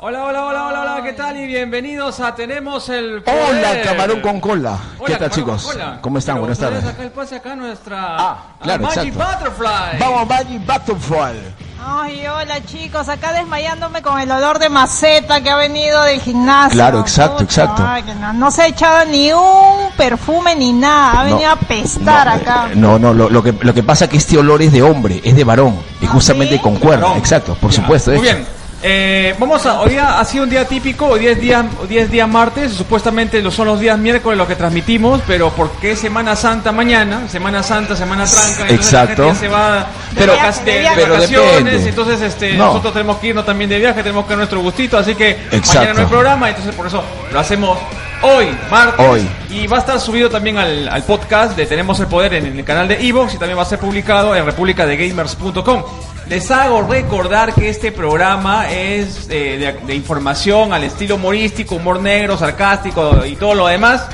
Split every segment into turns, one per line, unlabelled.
Hola, hola, hola, hola, hola, ¿qué tal? Y bienvenidos a Tenemos el Poder.
Hola, camarón con cola. ¿Qué
Hola,
tal,
camarón
chicos?
con cola.
¿Cómo están?
Pero
Buenas
ustedes
tardes.
acá el pase acá a nuestra
Ah, claro,
a Magic
exacto.
Butterfly.
Vamos, Magic Butterfly.
Ay, hola chicos, acá desmayándome con el olor de maceta que ha venido del gimnasio.
Claro, exacto, exacto.
ay, que no, no se ha echado ni un perfume ni nada, ha
No,
venido a pestar
no,
acá.
eh, No, no, lo, lo que, lo que pasa es que este olor es de hombre, es de varón. Y
¿Ah,
justamente
sí?
concuerda,
Perdón.
exacto, por
Ya,
supuesto.
Muy
de hecho.
bien. Eh, vamos a, hoy día ha sido un día típico, hoy 10 días, 10 días martes, supuestamente lo son los días miércoles los que transmitimos, pero porque es Semana Santa mañana, Semana Santa, Semana Tranca, entonces la gente
Exacto.
ya se va
Pero-
de, vaca- de- de
de viaje. Pero
vacaciones,
depende.
entonces este,
No.
nosotros tenemos que irnos también de viaje, tenemos que ir a nuestro gustito, así que mañana
Exacto.
no hay programa, entonces por eso lo hacemos hoy, martes,
Hoy.
y va a estar subido también al, al podcast de Tenemos el Poder en el canal de Evox y también va a ser publicado en republicadegamers.com. Les hago recordar que este programa es eh, de, de información al estilo humorístico, humor negro, sarcástico y todo lo demás.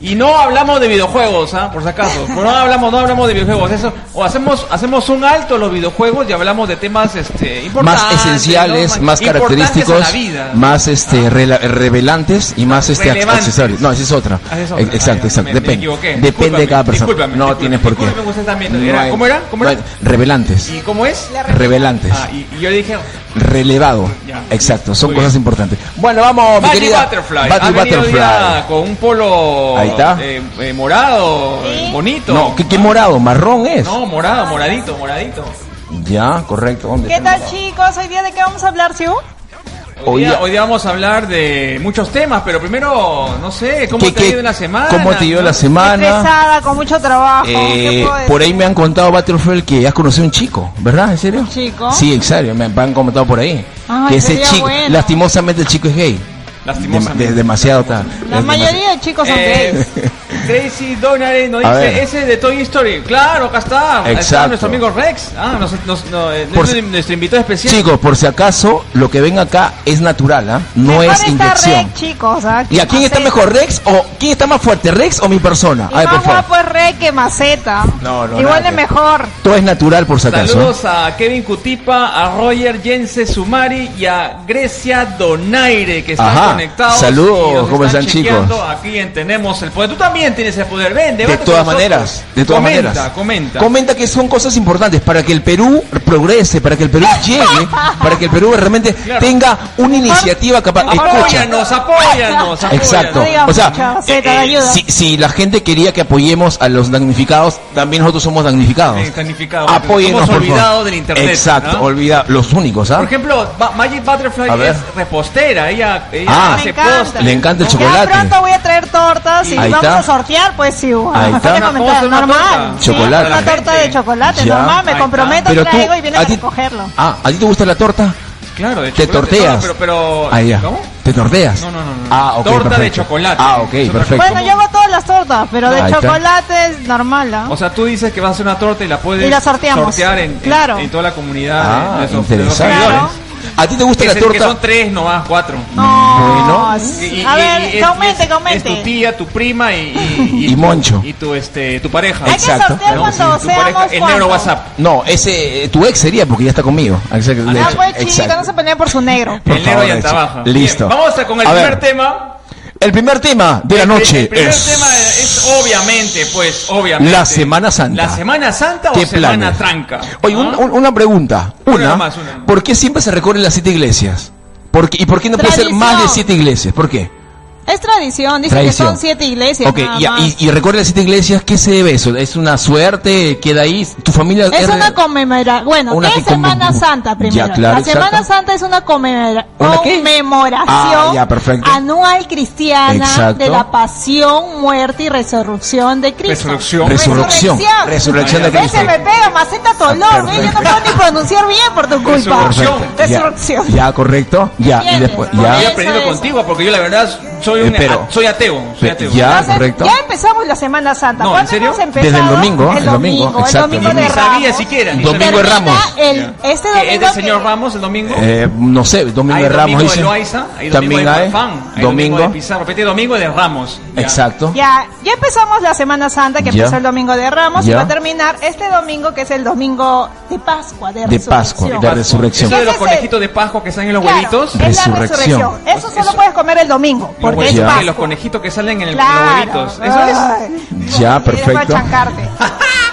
Y no hablamos de videojuegos, ¿ah? por si acaso. No hablamos, no hablamos de videojuegos. Eso, o hacemos, hacemos un alto en los videojuegos y hablamos de temas este, importantes.
Más esenciales,
¿no?
más
importantes a
característicos,
la vida. Ah.
más este rela- revelantes y más este ac-
Relevantes.
accesorios. No, esa es otra.
Ah, es otra.
Eh,
Ah, ya,
Exacto, exacto.
me- me
Depende.
equivoqué.
Depende de cada
Discúlpame,
persona.
discúlpame,
no
discúlpame.
tienes por qué.
Discúlpeme usted también. Era-
hay-
¿cómo era? ¿Cómo
no
era?
hay- revelantes.
¿Y cómo es?
Revelantes.
Ah, y, y yo le dije,
Relevado.
Ya.
Exacto, son
Muy
cosas
bien.
importantes. Bueno, vamos, mi
Magic
querida.
Butterfly.
Magic
ha venido
Butterfly.
ya con un polo
Ahí está.
eh, eh, morado,
Sí.
eh, bonito.
No, ¿qué, qué morado? ¿Marrón es?
No, morado, moradito, moradito.
Ya, correcto. ¿Dónde
¿Qué
está el
tal chicos? ¿Hoy día de qué vamos a hablar, Siu?
Hoy
Hoy
día,
día-
hoy día vamos a hablar de muchos temas, pero primero, no sé, ¿cómo
¿Qué-
te ha
qué-
ido en la semana?
¿Cómo te dio la semana?
Estresada, con mucho trabajo.
Eh,
¿qué puedo decir?
por ahí me han contado, Battlefield, que has conocido a un chico, ¿verdad? ¿En serio?
chico?
Sí, en serio, me han comentado por ahí.
Ay,
que ese
sería
chico,
bueno.
lastimosamente el chico es gay.
Lastimosamente.
De- de- demasiado tal.
La mayoría de chicos son
Eh,
gays.
Tracy Donare nos
A
dice,
ver.
ese de Toy Story. Claro, acá está. Ahí Está
Exacto.
nuestro amigo Rex. Ah, nos- nos- no, eh,
Por
es
si-
nuestro invitado especial.
Chicos, por si acaso, lo que ven acá es natural, ¿ah? No
Mejor
es
está
inyección.
Rex, chicos. ¿ah?
¿Y a quién está
Maceta.
mejor, Rex? ¿O quién está más fuerte, Rex o mi persona?
Y
A ver, por
más
favor.
guapo es Rex que Maceta.
No, no,
Y
nada
huele
que-
mejor.
Todo es natural, por si acaso. ¿eh?
Saludos a Kevin Cutipa, a Roger Jense Sumari y a Grecia Donaire que están
Ajá.
conectados.
Saludos,
y nos
¿cómo están,
chequeando.
chicos?
Aquí en Tenemos el Poder. Tú también tienes el poder, ven,
De
debate con
todas
nosotros.
maneras, de todas
comenta,
maneras.
Comenta,
Comenta que son cosas importantes para que el Perú progrese, para que el Perú llegue, para que el Perú realmente
Claro.
tenga una iniciativa capaz. Escucha.
Apóyanos, apóyanos, apóyanos.
Exacto.
No digas
O sea, eh,
mucho, se te ayuda.
si, si la gente quería que apoyemos a los damnificados, también nosotros somos damnificados.
Eh, damnificados.
Apóyenos,
Somos
por favor.
olvidados del internet,
Exacto,
¿no?
olvida los únicos, ¿ah?
Por ejemplo, Ba- Magic Butterfly
A ver.
es repostera, ella, ella
Ah,
hace
Me encanta.
postres.
Le encanta el
Ya
chocolate.
pronto voy a traer tortas y
Ahí
vamos
está.
a sortear, pues sí. bueno,
Ahí
me
está.
falta
Una
comentar,
cosa, una
normal.
torta.
sí,
Chocolate.
Una torta de chocolate,
Ya.
normal.
Ahí
Me
está.
comprometo,
Pero tú,
traigo y vienes
a
a
ti,
recogerlo.
ah, ¿a ti te gusta la torta?
Claro, de
Te
chocolate.
torteas.
No, pero, pero
Ah, ya.
¿cómo?
¿Te torteas?
No, no, no, no.
Ah, ok,
Torta de
perfecto.
chocolate.
Ah, ok,
Es otra
perfecto.
Bueno, yo hago todas las tortas, pero de
Ahí está.
chocolate es normal, ¿ah?
O sea, tú dices que vas a hacer una torta y la puedes
Y la sorteamos.
sortear en, en-
Claro.
en toda la comunidad de
Ah,
nuestros- de nuestros
interesante.
seguidores.
Claro.
¿A ti te gusta
Que,
la
se- que
torta?
son tres, no más cuatro.
No.
Bueno.
s-
Y- y-
a
y-
ver,
y
que
es-
aumente,
es-
que aumente.
Es tu tía, tu prima y... Y,
Y Moncho.
Y tu, este, tu pareja.
Hay que
Exacto.
sortear
¿No?
cuando
Sí, tu pareja,
seamos
El
cuatro.
negro WhatsApp.
No, ese eh, tu ex sería porque ya está conmigo.
Ah,
Exacto.
Ya
de-
pues, chiquita,
exacto.
no se peleen por su negro.
Por
el negro
favor,
y
Alexis.
abajo.
Listo.
Bien, vamos a con el
A
primer
ver.
tema.
El primer tema de la noche
El primer
es
tema es, obviamente, pues, obviamente.
La Semana Santa.
La Semana Santa o
¿Qué
Semana
planes?
Tranca.
Oye,
¿Ah?
un- un- una pregunta.
Una
Una,
nomás, una nomás.
¿Por qué siempre se recorren las siete iglesias? ¿Por qué- ¿Y por qué no puede ser
Tradición.
más de siete iglesias? ¿Por qué?
Es tradición, dicen que son siete iglesias.
Ok,
nada
ya,
más.
y, y recorre las siete iglesias, ¿qué se debe eso? ¿Es una suerte? ¿Queda ahí? ¿Tu familia
Es
re-
una conmemoración. Bueno,
Una
¿qué
que
es Semana
conmemora-
Santa primero?
Ya, claro,
la Semana
exacto.
Santa es una, conmemora-
¿Una qué?
conmemoración
Ah, ya, perfecto.
anual cristiana
Exacto.
de la pasión, muerte y resurrección de Cristo.
Resurrección.
Resurrección.
Resurrección.
Resurrección de
Ay, ay,
Ese
Cristo. Ah,
me pega, maceta dolor, ¿eh? Yo no puedo ni pronunciar bien por tu culpa.
Resurrección.
Ya,
Resurrección.
ya, correcto. Ya, y
¿Entiendes?
después,
Por
ya.
Estoy
eso
aprendiendo
es.
contigo porque yo la verdad soy, un,
Eh, pero-
a- soy ateo. Soy
Pe-
ateo.
ya. Ah,
Entonces,
correcto.
Ya empezamos la Semana Santa.
No, ¿en
¿Cuándo
serio?
hemos empezado?
Desde el domingo, ¿ah?
El
el domingo,
domingo, el
exacto.
domingo
Ni
de
sabía
Ramos.
siquiera, ni
Domingo de
Termina
Ramos.
el- este domingo
¿Es del señor
que-
Ramos el domingo?
Eh, no sé, Domingo
hay
de Ramos.
domingo de
dice.
Loaiza, hay domingo
También
de
hay.
Farfán, hay domingo,
domingo.
de Pizarro, repite domingo de Ramos. Ya.
Exacto.
Ya, ya empezamos la Semana Santa que
Ya.
empezó el domingo de Ramos y
Ya.
va a terminar este domingo que es el domingo de Pascua, de,
De Pascua,
Resurrección.
de resurrección.
Eso de los
Entonces, eh,
conejitos de Pascua que salen en los
Claro,
huevitos.
es la
Resurrección.
resurrección. Eso solo
Eso-
puedes comer el domingo,
Los
porque es
huevitos,
Ya.
Pascua.
Los conejitos que salen en el- en los
Claro.
huevitos. Eso es.
Ay.
Ya,
Bueno,
perfecto.
para chancarte.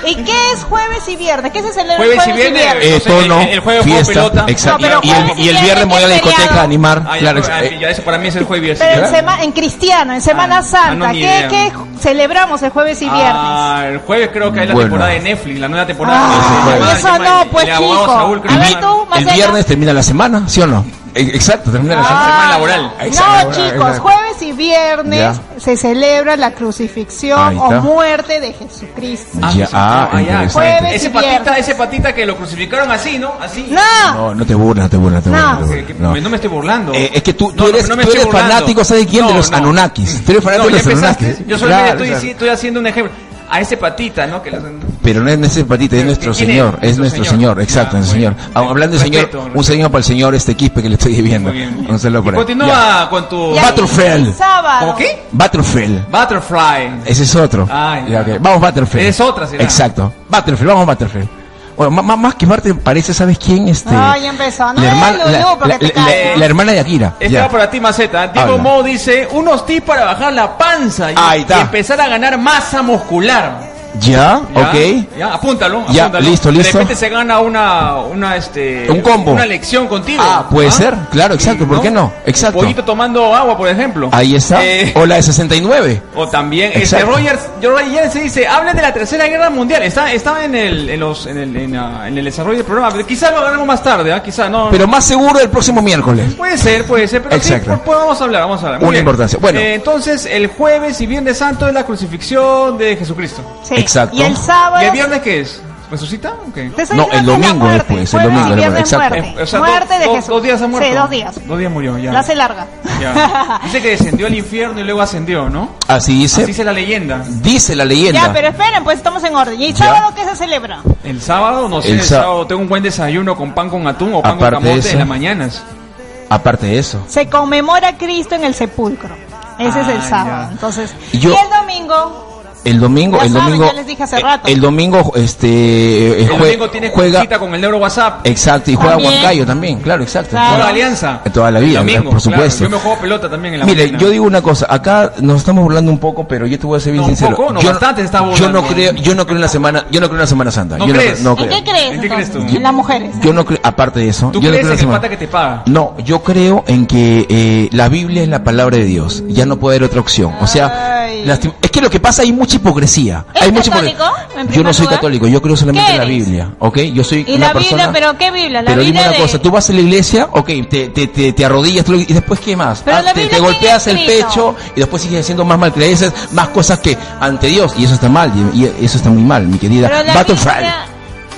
¿Y qué es jueves y viernes? ¿Qué se celebra el
Jueves y viernes.
Eh,
Entonces,
tono,
el- el juego juego
fiesta,
pelota.
exacto.
No, pero
y, el, y el
jueves
viernes me voy a la
es
discoteca
feriado.
a animar.
Ah, ya,
claro,
pues, ah,
eh,
ya eso para mí es el jueves.
Pero en,
¿ya?
sema- en cristiano, en Semana
Ah,
Santa,
ah, no, ni
¿qué,
idea.
qué celebramos el jueves y viernes?
Ah, el jueves creo que hay la
Bueno.
temporada de Netflix, la nueva temporada.
Ah,
que se llama-
eso
se llama
no,
el-
pues,
el abogado
chico.
Saúl, creo
A
que
ver,
se llama.
tú,
el
Marcela.
viernes termina la semana, ¿sí o no? Eh, Exacto, termina la semana.
semana
Ah,
laboral.
Exacto,
No,
laboral,
chicos,
exacto.
jueves y viernes
Ya.
se celebra la crucifixión
Ahí
o
está.
muerte de Jesucristo.
Ah,
Ya,
sí, ah,
ah,
ya.
interesante.
Jueves
Ese
y viernes.
patita, ese patita que lo crucificaron así, ¿no? Así.
No,
No, no te burles, no te burles, no te
No.
burles. no te
Que- que-
burles, no.
me- No me estoy burlando.
Eh, es que tú,
No,
tú
no,
eres,
no me
tú
estoy
eres
burlando.
fanático, ¿sabes de quién? de
No,
los
no.
Anunnakis. Tú eres
No,
fanático
ya
de los
empezaste.
Anunnakis.
Yo solamente
Claro,
estoy,
claro.
dici- estoy haciendo un ejemplo. A ese patita, ¿no? Que los-
Pero no es nuestro patita, es
Pero,
nuestro
¿quién
Señor,
es?
es nuestro Señor, exacto,
Ah,
nuestro
bueno.
Señor. Ah, Hablando de Señor,
Respeto,
un
respeto.
señor para el Señor este Quispe que le estoy viendo.
Muy bien.
Un saludo
Y
para él.
continúa
Ya.
con tu.
Ya. Butterfield.
el sábado.
¿Cómo qué?
Butterfield.
Butterfly.
Ese es otro.
Ah,
Ya,
ya.
ok. Vamos, Butterfield.
Es otra, será.
Exacto. Butterfield, vamos, Butterfield. Bueno, ma- ma- más que Marte parece, ¿sabes quién? Este,
Ah, ya empezó. No,
la, hermana,
Lulú,
la-
porque
la-
te
la-
callas.
la hermana de Akira.
Este
Ya.
va para ti, Maceta. Diego
Habla.
Mo dice: unos tips para bajar la panza y,
Ahí está.
y empezar a ganar masa muscular.
Ya,
¿Ya?
ok.
Ya, apúntalo.
Ya,
apúntalo.
listo,
De
listo.
repente se gana una, una, este.
Un combo.
Una lección contigo.
Ah, puede ser, claro, exacto, ¿por qué no? Exacto.
Un poquito tomando agua, por ejemplo.
Ahí está.
Eh,
O la de 69.
O también, este
Exacto.
Rogers, Roger Jensen dice, hablen de la Tercera Guerra Mundial. Está, estaba en el, en los, en el, en, ah, en el desarrollo del programa. pero Quizá lo hagamos más tarde, ¿ah? Quizá no.
Pero más seguro el próximo miércoles.
puede ser, puede ser, pero sí,
Exacto.
por- por- vamos a hablar, vamos a hablar. Muy
Una
bien.
importancia. Bueno.
Eh, entonces, el jueves y viernes santo es la crucifixión de Jesucristo.
Sí.
Exacto.
Y el sábado.
¿Y el viernes qué es? ¿Resucita? o qué?
Te estoy
No,
diciendo
el
que es la
domingo
muerte,
después, el
jueves y
domingo,
viernes
exacto.
Muerte,
Eh, o sea,
muerte
dos-
de
dos-
Jesús.
Dos días ha muerto.
Sí, dos días.
Dos días murió, ya.
La hace larga.
Ya. Dice que descendió al infierno y luego ascendió, ¿no?
Así dice.
Así dice la leyenda.
Dice la leyenda.
ya, pero esperen, pues estamos en orden. ¿Y el
Ya.
sábado qué se celebra?
El sábado, no sé, el,
El sa-
sábado tengo un buen desayuno con pan con atún o pan
Aparte
con camote
de eso-
en las mañanas.
Aparte de eso.
Se conmemora a Cristo en el sepulcro. Ese es el
Ah,
sábado.
ya.
Entonces,
Yo-
y el domingo,
El domingo,
Ya
el
saben,
domingo, eh,
ya les dije hace rato.
el domingo, este, el
El
jue-
domingo tienes
juega,
cita con el negro WhatsApp.
exacto, y juega
También.
Huancayo también, claro, exacto.
Claro.
Toda
Juega
la alianza.
En toda la
El
vida,
domingo,
por supuesto.
claro. Yo me juego pelota también en la
Mire,
mañana.
yo digo una cosa, acá nos estamos burlando un poco, pero yo te voy a ser bien
No, un
sincero.
poco, no,
yo,
bastante se está
yo no
burlando. eh.
creo, yo no creo en la semana, yo no creo en la Semana Santa.
¿No
yo
crees?
no,
Ok.
creo- no
¿en qué
creo.
crees?
¿En qué
entonces?
crees tú?
En las mujeres.
Yo no creo, aparte de eso,
¿Tú crees
yo no creo en la
en el
semana.
pata que te paga?
No, yo creo en que eh, la Biblia es la palabra de Dios. Ya no puede haber otra opción. O sea,
Ay.
lastim- es que lo que pasa hay mucha hipocresía.
¿Eres
hay mucha hipocre-
católico, en
Yo
primer
no soy
lugar?
católico, yo creo solamente
¿Qué
en la
eres?
Biblia, ¿ok? Yo soy
¿Y
una
la
persona.
Biblia? ¿Pero qué Biblia? La
pero
Biblia
dime una
de-
cosa, tú vas a la iglesia, ok, te, te, te, te arrodillas tú- y después qué más?
Pero
Ah,
la
te,
Biblia
te golpeas
tiene
el
escrito.
pecho y después sigues haciendo más malcreencias, más cosas que ante Dios y eso está mal, y, y eso está muy mal, mi querida.
Pero la
Battlefield.
Biblia-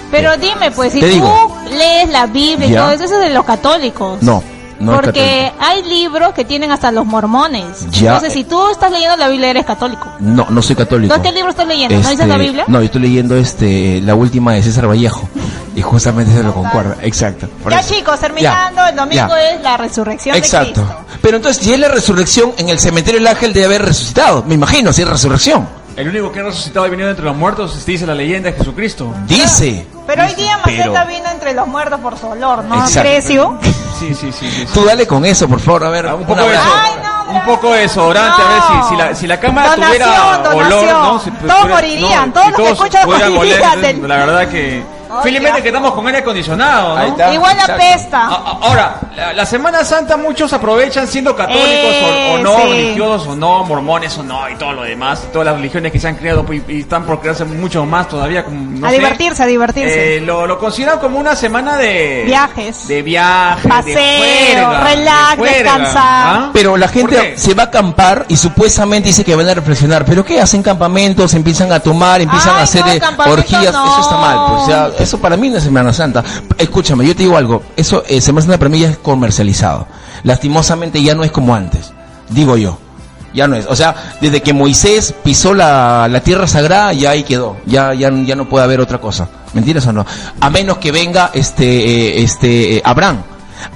Pero dime, pues, si
Eh, Te
tú
digo.
lees la Biblia y
Ya.
todo eso, eso es de los católicos.
No, no es
Porque hay libros que tienen hasta los mormones.
Ya.
Entonces, si tú estás leyendo la Biblia, eres católico.
No, no soy católico.
¿No? ¿Qué libro estás leyendo? ¿No dices
Este,
la Biblia?
No, yo estoy leyendo este la última de César Vallejo. Y justamente se lo concuerda. Exacto. por
Ya,
eso.
chicos, terminando,
Ya,
el domingo
ya.
es la resurrección de
Exacto.
Cristo.
Pero entonces, si es la resurrección, en el cementerio el ángel debe haber resucitado. Me imagino, si es resurrección.
El único que ha resucitado y venido entre los muertos, dice la leyenda, es Jesucristo.
Dice.
Pero hoy día Maceta
Pero-
vino entre los muertos por su olor, ¿no,
Exacto.
Crescio?
Sí, sí, sí. sí, sí.
Tú dale con eso, por favor. A ver,
Ah, Un
un
poco de
abrazo.
eso.
Ay, no,
un poco de desodorante, a ver si, si, la, si la cámara
Donación,
tuviera
donación.
olor, ¿no? Si
Todos
pudiera-
morirían,
si
todos los que escuchan
pudieran oler,
morirían
entonces,
del-
La verdad que.
Ay,
felizmente
qué
que estamos con aire acondicionado, ¿no?
Ahí está.
Igual
Exacto.
apesta.
A- a- Ahora, la, la Semana Santa muchos aprovechan siendo católicos o, o
Eh,
no,
sí.
religiosos o no, mormones o no, y todo lo demás, todas las religiones que se han creado pues, y, y están por crearse mucho más todavía. Como, no
A
sé.
divertirse, a divertirse.
Eh, lo, lo consideran como una semana de...
Viajes.
De viajes,
Paseo,
de juerga,
relax,
de juerga,
descansar.
¿ah?
Pero la
¿Por qué?
gente se va a acampar y supuestamente dice que van a reflexionar. ¿Pero qué? Hacen campamentos, empiezan a tomar, empiezan
Ay,
a hacer
no,
eh,
campamento
orgías.
no.
Eso está mal. Pues, o sea, eso para mí no es Semana Santa. Escúchame, yo te digo algo. Eso, eh, Semana Santa para mí ya es comercializado. Lastimosamente ya no es como antes. Digo yo. Ya no es. O sea, desde que Moisés pisó la, la tierra sagrada, ya ahí quedó. Ya, ya, ya no puede haber otra cosa. ¿Mentiras o no? A menos que venga este, eh, este, eh, Abraham.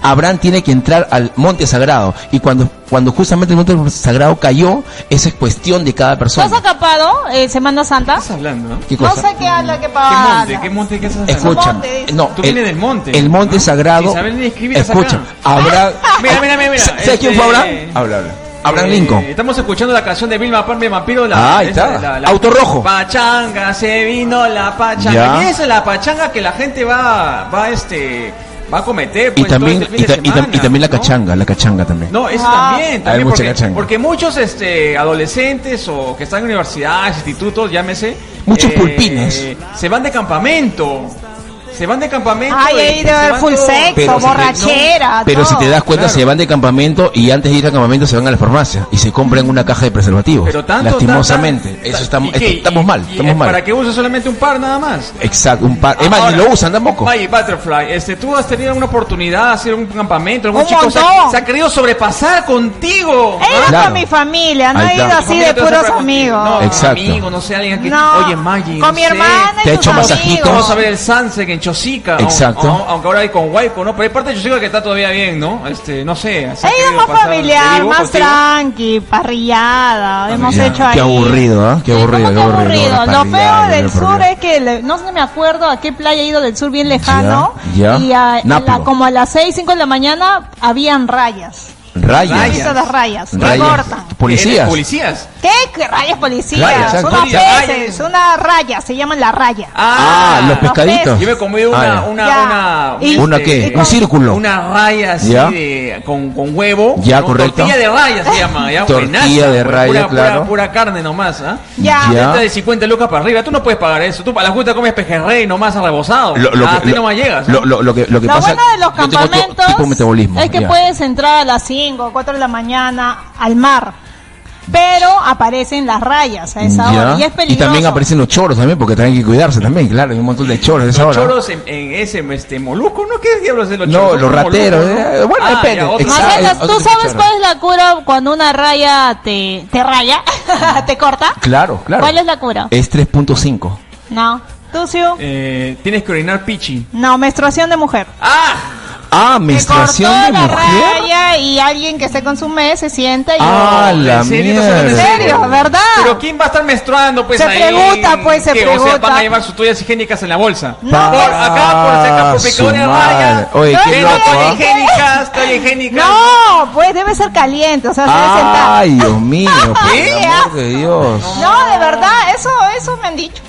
Abraham tiene que entrar al monte sagrado. Y cuando, cuando justamente el monte sagrado cayó, esa es cuestión de cada
¿Tú has
persona.
acapado eh, Semana Santa?
estás hablando? no? ¿Qué
¿Qué
No
cosa?
sé qué habla, qué pasa.
monte? ¿Qué monte? ¿Qué estás hablando?
Escucha,
monte, dice.
no,
Tú vienes del monte,
El monte
¿no?
sagrado.
Isabel, ni escribir has
escucha, Abraham.
Mira, mira, mira, mira.
¿Sabes quién fue Abraham?
Este-
Habla, habla. Abraham
Eh,
Lincoln.
Estamos escuchando la canción de Vilma Palma y Vampiro. La,
Ah, ahí
esa,
está. Auto rojo.
Pachanga, se vino la pachanga.
Ya.
Y esa es la pachanga que la gente va, va, este, va a cometer.
Y
pues, todo
también,
este
y,
fin de
ta- y tam- y
semana,
también la
¿no?
cachanga, la cachanga también.
No, eso
Ah.
también, también
mucha
porque,
cachanga.
porque muchos este adolescentes o que están en universidades, institutos, llámese, eh,
Muchos pulpines.
se van de campamento. Se van de campamento.
Ay,
y-
ahí
y
debe
se
haber
van
full
todos-
sexo,
Pero si te-
borrachera.
Pero si
todo.
te das cuenta,
Claro.
se van de campamento y antes de ir al campamento se van a la farmacia y se compran una caja de preservativos.
Pero tanto,
Lastimosamente.
tanta-
Eso estamos,
¿Y qué?
esto- estamos mal,
¿Y- y
estamos
es
mal.
¿Para que uses solamente un par nada más?
Exacto, un par. Es más,
Ahora,
ni lo usan tampoco.
Magic Butterfly, este, tú has tenido alguna oportunidad de hacer un campamento, algún
Un
chico se ha,
montón.
se ha querido sobrepasar contigo.
He ido
Claro.
con mi familia, no
Ahí
he
está.
ido
Tu
así
Familia,
de
te vas a
puros
separar contigo.
amigos.
No,
Exacto.
amigo, no sé, alguien que
No,
oye Maggie,
con
no
mi
sé,
hermana y
Te ha
sus
hecho
amigos.
masajitos.
Vamos a ver el sunset en Chosica. o-
Exacto.
o- aunque ahora hay con Huayco, ¿no? Pero hay parte de Chosica que está todavía bien, ¿no? Este, no sé. se ha
He ido
querido
más
pasar de
familiar,
vivo
más
contigo.
tranqui, parrillada. Hemos
Ya,
hecho ahí.
qué aburrido, ¿ah? Qué
Sí,
aburrido,
¿cómo
qué aburrido, la
Lo
parrillada,
feo del
la
sur
parrillada.
es que le- no se me acuerdo a qué playa he ido del sur bien lejano.
ya.
Y a- en la-
Nápoles.
como a las 6, 5 de la mañana habían rayas.
Rayas.
Rayas.
Esas las rayas. me
Rayas.
cortan.
Policías.
Eh, Policías.
¿Qué? ¿Qué rayas
Rayas,
policías?
exacto.
Unas
Policías.
peces, una raya, se llaman la raya.
Ah, los pescaditos.
Yo me comí una,
Ah, ya.
una,
Ya.
una,
¿Y-
¿Una qué?
este,
Un círculo.
Una raya así
Ya.
de, con, con huevo.
Ya,
No,
correcto.
Tortilla de raya se llama, ya,
Tortilla
buenaza,
de
pura-
raya,
pura, pura-
claro.
Pura, carne nomás, ¿ah?
Ya.
Ya.
Está de 50 lucas para arriba, tú no puedes pagar eso. Tú para la justa comes pejerrey nomás arrebozado.
Lo, lo
Ah,
que-
tú
lo-
nomás llegas. ¿ah?
lo- lo- lo que, lo que
Lo
pasa
bueno de los
yo tengo otro
campamentos
tipo de metabolismo,
es que
ya.
puedes entrar a las 5, 4 de la mañana al mar, pero aparecen las rayas a
Ya.
esa hora y es peligroso.
también aparecen los choros también, porque tienen que cuidarse también, claro, hay un montón de choros a esa
Los
hora.
choros en, en ese este, molusco, ¿no? ¿Qué diablos es los
No,
choros?
los
Son
rateros,
moluscos,
eh, bueno,
Ah, ya,
depende,
otro-
exacto.
Macetas,
Ah, es
¿tú
otro
sabes
cuchara.
cuál es la cura cuando una raya te, te raya? ¿Te corta?
Claro, Eh. claro.
¿Cuál es la cura?
Es 3.5.
No. ¿Tú, Siu?
Eh, tienes que orinar pichi.
No, menstruación de mujer.
¡Ah!
Ah,
Te
menstruación
cortó
de
la
mujer.
raya y alguien que esté con su mes se sienta y...
Ah,
¿En
la
serio? ¿Estás hablando
mierda.
en
¿En serio? ¿Verdad?
Pero ¿quién va a estar menstruando, pues,
Ah. Se
ahí?
pregunta, pues, se
¿Qué? O sea,
pregunta.
van a llevar sus toallas higiénicas en la bolsa.
No,
Por acá, por acá, por
su
picadores de
madre.
raya.
Oye, qué
Ven,
loco,
toalla
¿ah?
higiénica, toalla higiénica.
No, pues debe ser caliente, o sea, se debe sentar.
Ay, Dios mío, por
¿Qué?
el amor de Dios.
No, de verdad, eso, eso me han dicho.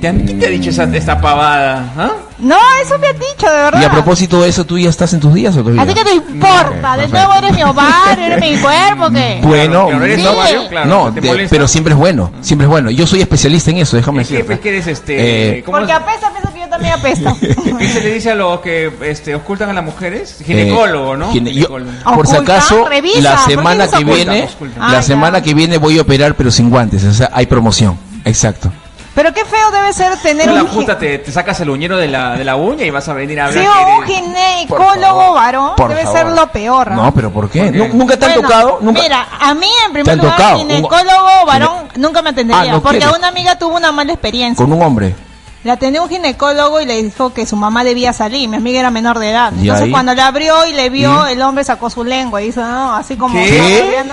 ¿Te han, ¿Quién te ha dicho esa, esta pavada? ¿Ah?
No, eso me han dicho, de verdad.
Y a propósito de eso, ¿tú ya estás en tus días o todavía?
Así que te importa, de nuevo eres mi ovario, eres mi cuerpo, ¿qué?
Bueno,
Claro, eres
Sí.
ovario, claro,
no,
¿te
de-
molesta?
pero siempre es bueno, siempre es bueno. Yo soy especialista en eso, déjame
Es que,
decirte.
pues, que eres este.
Eh,
¿cómo
Porque
es?
apesta, piensa que yo también apesto.
¿Qué se le dice a los que este, ocultan a las mujeres? Ginecólogo, ¿no?
Eh, gine- yo-
Ginecólogo.
por si
Oculta,
acaso,
revisa,
la
¿por qué
semana
dices
que
oculta?
viene,
Oculta.
la
Ah,
semana
ya.
que viene voy a operar, pero sin guantes. O sea, hay promoción. Exacto.
Pero qué feo debe ser tener
Tú la
un,
justa
gi-
te, te sacas el uñero de la, de la uña y vas a venir a hablar.
sí,
que
un
eres-
Por
ginecólogo
favor,
varón,
por
debe
favor.
ser lo peor.
No, pero ¿por qué?
¿Por qué?
Nu- Nunca te han
Bueno,
tocado, nunca.
Mira, a mí en
¿Te
primer
han
lugar,
tocado?
ginecólogo
Un-
varón nunca me atendería.
Ah, ¿no
porque
quieres?
una amiga tuvo una mala experiencia.
con un hombre.
La atendió un ginecólogo y le dijo que su mamá debía salir. Mi amiga era menor de edad.
¿Y
Entonces,
ahí? ¿Mm?
cuando la abrió y le vio, el hombre sacó su lengua y hizo, no, así como.
¿Qué?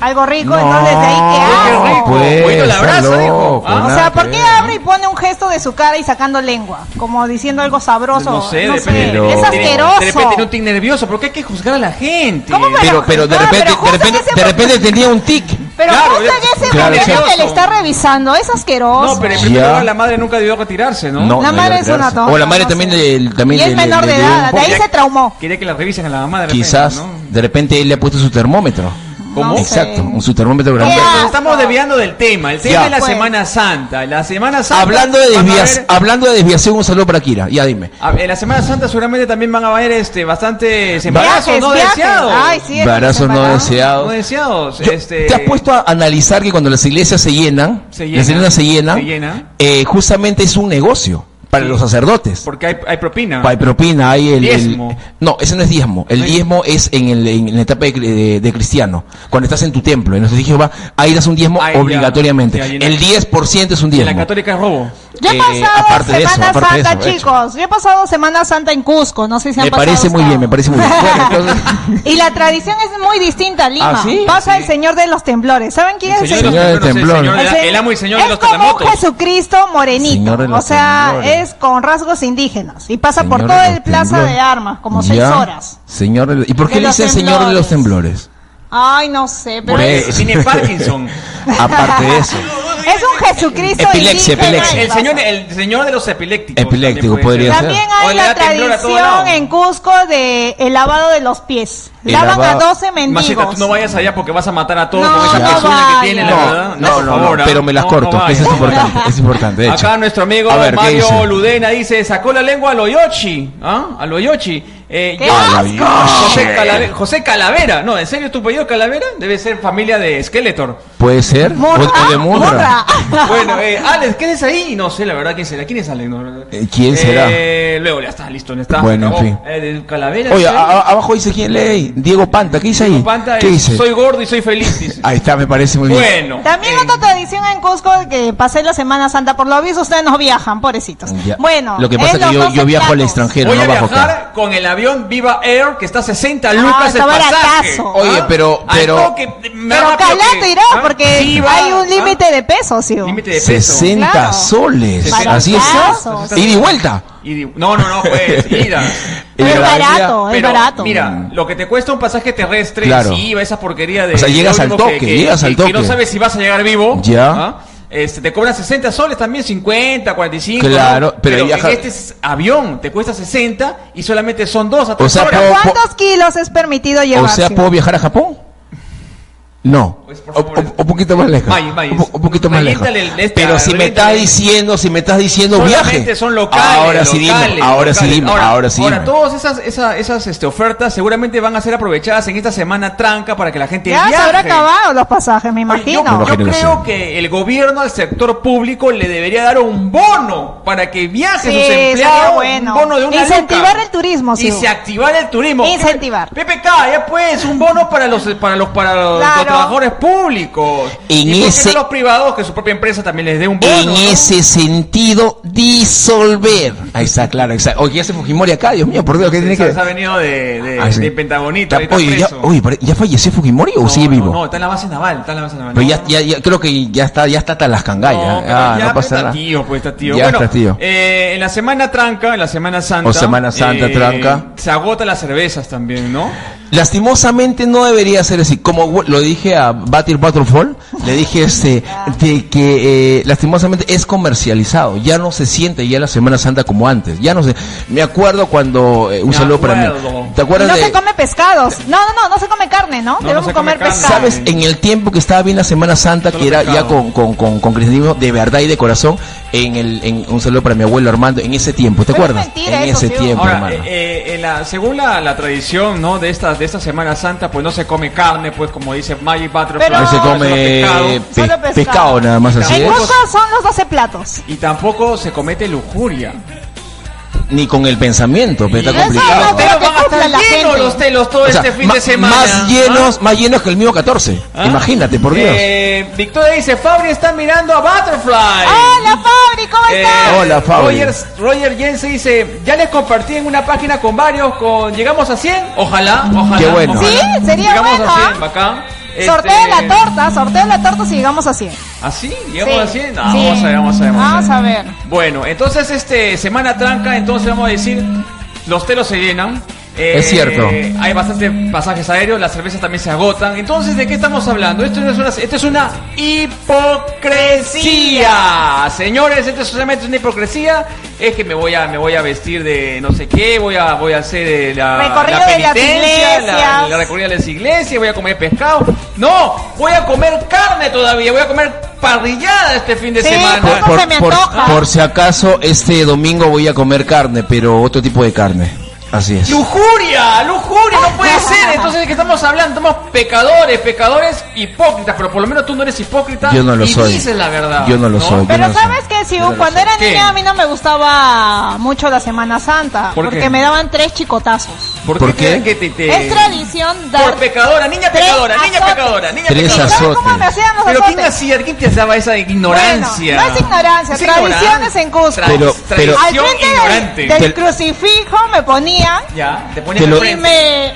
Algo rico,
No,
entonces de ahí que
qué
hago.
rico. Bueno, la
está
abrazo, dijo.
loco,
Ah, o
O
nada
sea,
que
¿por qué
ver.
abre y pone un gesto de su cara y sacando lengua? Como diciendo algo sabroso.
No sé, depende.
Pero-
Es
De repente tiene
asqueroso.
un tic nervioso, porque hay que juzgar a la gente.
¿Cómo para-
Pero, pero de
Ah,
repente,
pero
de
justo en
repente,
ese
de
momento-
repente tenía un tic.
Pero
Claro,
justo en ese
claro,
momento que
nervioso.
le está revisando, es asqueroso.
No, pero en primer
Ya.
lugar la madre nunca debió retirarse, ¿no?
La
no,
madre es
claro.
una tonta,
O la madre
no
también
sé.
del- también
Y es
le- le-
menor
le
de
dio un
edad, de
poco.
ahí se traumó.
Quería que la revisen a la mamá de repente,
Quizás
¿no?
de repente él le ha puesto su termómetro.
¿Cómo?
No sé.
Exacto, un su termómetro grande.
Ya.
Nos estamos desviando del tema. El tema
Ya.
es la
Pues.
Semana Santa. La Semana Santa.
Hablando de
van a
desvias-
ver-
hablando de desviación, un saludo para Kira. Ya dime.
a- Ah, En la Semana Santa seguramente también van a haber este, bastantes embarazos
Viajes,
no
viajes.
deseados.
Ay, sí, es
Embarazos no
separado.
No
deseados.
deseados.
Yo-
este...
¿Te has puesto a analizar que cuando las iglesias se llenan,
Se llenan,
las iglesias se
se
llenan,
llenan.
eh, justamente es un negocio? para los sacerdotes.
Porque hay, hay propina.
Hay propina, hay el, el-
Diezmo.
no, ese no es diezmo. El diezmo es en, el- en la etapa de, de- de cristiano. Cuando estás en tu templo, en los hijos va, ahí das un diezmo
Ahí ya,
obligatoriamente.
ya, y en la-
el 10% es un
En la
diezmo.
católica es robo.
Yo he
Eh,
pasado
aparte de eso,
Semana
aparte de
Santa,
eso, de hecho.
chicos. Yo he pasado Semana Santa en Cusco. No sé si han
Me
pasado
parece muy
ustedes.
bien, me parece muy bien. Bueno, entonces-
y la tradición es muy distinta a Lima.
¿Ah, sí?
Pasa
Sí.
el Señor de los Temblores. ¿Saben quién es el
Señor
Señor?
del
temblores, el
temblor.
señor de
El
la-
se-
el amo y señor
es
de los
como
terremotos.
un Jesucristo morenito,
Señor de
o
los
sea,
temblores.
es con rasgos indígenas y pasa
Señor
por
de
todo
los
el plaza
temblores.
de armas, como seis
Ya,
horas.
Señor de los- ¿Y por qué
De
le
los
dicen Señor de los
temblores.
temblores?
Ay, no sé, pero
Por
Porque
es,
eso.
tiene Parkinson.
Aparte de eso.
es un Jesucristo
Epilepsia,
indígena.
epilepsia.
El señor, el señor de los epilépticos.
Epiléptico
también puede
podría
ser.
ser.
También
O
hay
le
la
da temblor a todo lado.
tradición en Cusco de el lavado de los pies.
El
Lavan
lavado-
a
Maceta,
12 mendigos.
tú no vayas allá porque vas a matar a todos
No,
con esa
no
pezuña que
vaya.
tienen, la
No,
verdad.
no,
por
no,
favor,
no,
¿ah?
pero me las
No,
corto.
no
eso es
vayas.
importante, es importante. de hecho.
Acá nuestro amigo
A ver, ¿qué
Mario
dice?
Ludena dice, sacó la lengua a Loyochi. ¿Ah? A Loyochi. Eh,
¡Qué
ya-
asco!
José, Calave- José Calavera. No, ¿en serio tu apellido Calavera? Debe ser familia de Skeletor.
Puede ser.
Morra,
O- o de Murra.
morra.
Bueno, eh, Alex, ¿qué es ahí? No sé, la verdad, ¿quién será? ¿Quién es Alex? No, no, no.
Eh, ¿quién será?
Eh, luego, ya está, listo, ya está.
Bueno, en
acabó.
fin.
Eh, de Calavera.
Oye,
¿sí?
a- a- abajo dice quién lee. Diego Panta, ¿qué dice ahí?
Panta,
¿Qué
eh,
dice?
Soy gordo y soy feliz. dice.
Ahí está, me parece muy bien.
Bueno.
También
eh,
otra tradición en Cusco que pasé la Semana Santa. Por lo visto ustedes no viajan, pobrecitos.
Ya.
Bueno,
Lo que pasa
es
es que
los
yo,
12
yo viajo al
platos.
extranjero,
Voy
no
a
bajo
viajar
acá.
con el avión Viva Air que está a 60 lucas el
Ah, está
pasaje.
baratazo.
Oye,
¿Ah?
pero- pero-
Al toque, me
Pero
rápido
calato
que-
irá,
¿Ah?
porque
Sí va,
hay
¿ah?
un límite de peso, sí.
Límite de peso.
60
Claro.
soles.
Baratazo.
Así es.
Baratazo.
Ida y vuelta.
Y di- no, no, no, pues, ida.
Y
Es
la
barato, es
Pero,
barato.
Mira, lo que te cuesta un pasaje terrestre,
Mm. Claro.
si iba esa porquería de.
O sea, llegas
de
al
último
toque, llegas al
Que no
toque.
sabes si vas a llegar vivo.
Ya.
¿ah? Este, te cobran 60 soles también, 50, 45.
Claro,
¿no?
pero
pero
viaja-
en este s- avión te cuesta 60 y solamente son dos a tres
sea,
horas.
puedo-
¿Cuántos kilos es permitido llevar?
O sea,
sí?
¿puedo viajar a Japón? No.
Pues, por
O-
favor.
o- Un poquito más lejos.
Vaya, vaya.
Un po- un poquito más lejos.
Reviéntale el- esta,
Pero si me estás
reviéntale.
diciendo, si me estás diciendo
Solamente
viaje.
son locales.
Ahora sí dime,
locales,
ahora sí
locales.
dime, ahora sí
Ahora,
dime.
todas esas, esas, esas este, ofertas seguramente van a ser aprovechadas en esta semana tranca para que la gente
Ya se
viaje.
habrá acabado los pasajes,
Oye,
me
yo-
imagino.
Me
Yo,
imagino que
creo
sí.
que el gobierno al sector público le debería dar un bono para que viajen
Sí,
sus
sería
empleados.
bueno.
Un bono de una
Incentivar
luca.
el turismo, sí.
Y se activar el turismo.
Incentivar.
PPK, ya pues, un bono para los para los para los,
Claro.
trabajadores públicos.
En
y por qué
ese-
no los privados que su propia empresa también les dé un bono.
En
¿no?
ese sentido, disolver. Ahí está, claro, exacto. Oye, ya se Fujimori acá, Dios mío, por Dios, ¿qué tiene
Se
que
se ha venido de, de,
Ah, sí.
de Pentagonita.
Ya-
ahorita
Oye, ya,
preso.
oye, pare- ¿ya falleció Fujimori o
No,
sigue
no,
vivo?
No, está en la base naval, está en la base naval.
Pero
No,
ya,
no.
ya, ya creo que ya está, ya está hasta las cangallas.
No, pero
ah,
ya,
no
pues,
pasa
está
nada.
tío, pues está tío.
Ya
bueno,
está tío.
eh, en la semana tranca, en la semana santa. eh,
O Semana Santa, tranca.
Se agotan las cervezas también, ¿no?
Lastimosamente no debería ser así. Como gu- lo dije a Battle Battlefall, le dije este, de que eh, lastimosamente es comercializado. Ya no se siente ya la Semana Santa como antes. Ya no sé. Me acuerdo cuando. eh, un
Me
saludo para
acuerdo.
mí. ¿Te acuerdas
no
de.?
se come pescados. No, no, no, no se come carne, ¿no?
no
Debemos
se come
comer
carne.
pescado.
¿Sabes? En el tiempo que estaba bien la Semana Santa,
Solo
que era
pecado.
ya con, con, con, con cristianismo de verdad y de corazón, en el, en, un saludo para mi abuelo Armando, en ese tiempo, ¿te
Pero es
acuerdas?
mentira
en
eso,
ese
sí.
tiempo,
Ahora,
hermano.
eh, eh, en la- según la, la tradición, ¿no? De esta, de esta Semana Santa, pues no se come carne, pues como dice Magic pues, Butterfly.
Pero-
Ahí se
no,
come eh,
solo
pe-
Solo pescado.
pescado. nada más así
En
es.
Cusco son los 12 platos.
Y tampoco se comete lujuria.
Ni con el pensamiento, pero
Y
está
eso
complicado.
no creo que
Van a
cumpla
estar
la
llenos
gente.
los telos todo
O sea,
este fin
ma-
de semana.
Ah.
Más llenos, más llenos que el mío 14.
¿Ah?
Imagínate, por Dios.
Eh, Victoria dice, Fabri está mirando a Butterfly.
¡Hola, Fabri! ¿Cómo
Eh,
estás?
Hola, Fabri.
Roger, Roger Jensen dice, ya les compartí en una página con varios, con llegamos a 100. Ojalá, ojalá.
Qué bueno.
ojalá.
Sí, sería
llegamos
bueno,
a
¿ah?
100, bacán.
Sorteo de
Este,
la torta, sorteo de la torta si llegamos a 100.
¿Así? ¿Llegamos
Sí,
a 100? Ah,
sí.
Vamos a ver, vamos a ver.
Vamos a ver.
Bueno, entonces, este, semana tranca, entonces vamos a decir, los telos se llenan. eh,
Es cierto.
Hay bastantes pasajes aéreos, las cervezas también se agotan. Entonces, ¿de qué estamos hablando? Esto no es una, esto es una hipocresía. Señores, esto es solamente una hipocresía. Es que me voy a, me voy a vestir de no sé qué, voy a, voy a hacer eh, la,
Recorrido
la
de las
penitencia, la,
iglesias.
la recorrida de las iglesias, voy a comer pescado. No, voy a comer carne todavía, voy a comer parrillada este fin de
Sí,
semana.
por- se me antoja.
por si acaso, este domingo voy a comer carne, pero otro tipo de carne. Así es.
¡Lujuria! ¡Lujuria! ¡No puede
Ah.
ser! Entonces, ¿de qué estamos hablando? Somos pecadores, pecadores hipócritas, pero por lo menos tú no eres hipócrita
Yo no lo
y
soy.
dices la verdad.
Yo no lo soy. Yo
Pero
no sé.
sabes que si
Yo no lo
cuando
sé.
era
¿Qué?
niña a mí no me gustaba mucho la Semana Santa,
¿Por qué?
porque me daban tres chicotazos.
¿Por,
¿Por
qué?
qué?
que te- te-
Es tradición dar
Por pecadora, niña
tres
pecadora, niña
azotes.
pecadora, niña
Tres
pecadora.
¿Y sabes cómo
azotes.
me hacían los
Pero ¿quién
azotes?
hacía, quién te daba esa ignorancia?
Bueno, no es ignorancia,
Es
tradiciones
ignorancia.
en Cusco.
Pero- pero-
Al
tradición
frente
ignorante.
del, del
Te-
crucifijo me ponían
Ya, te pones
Te lo-
y
enfrente.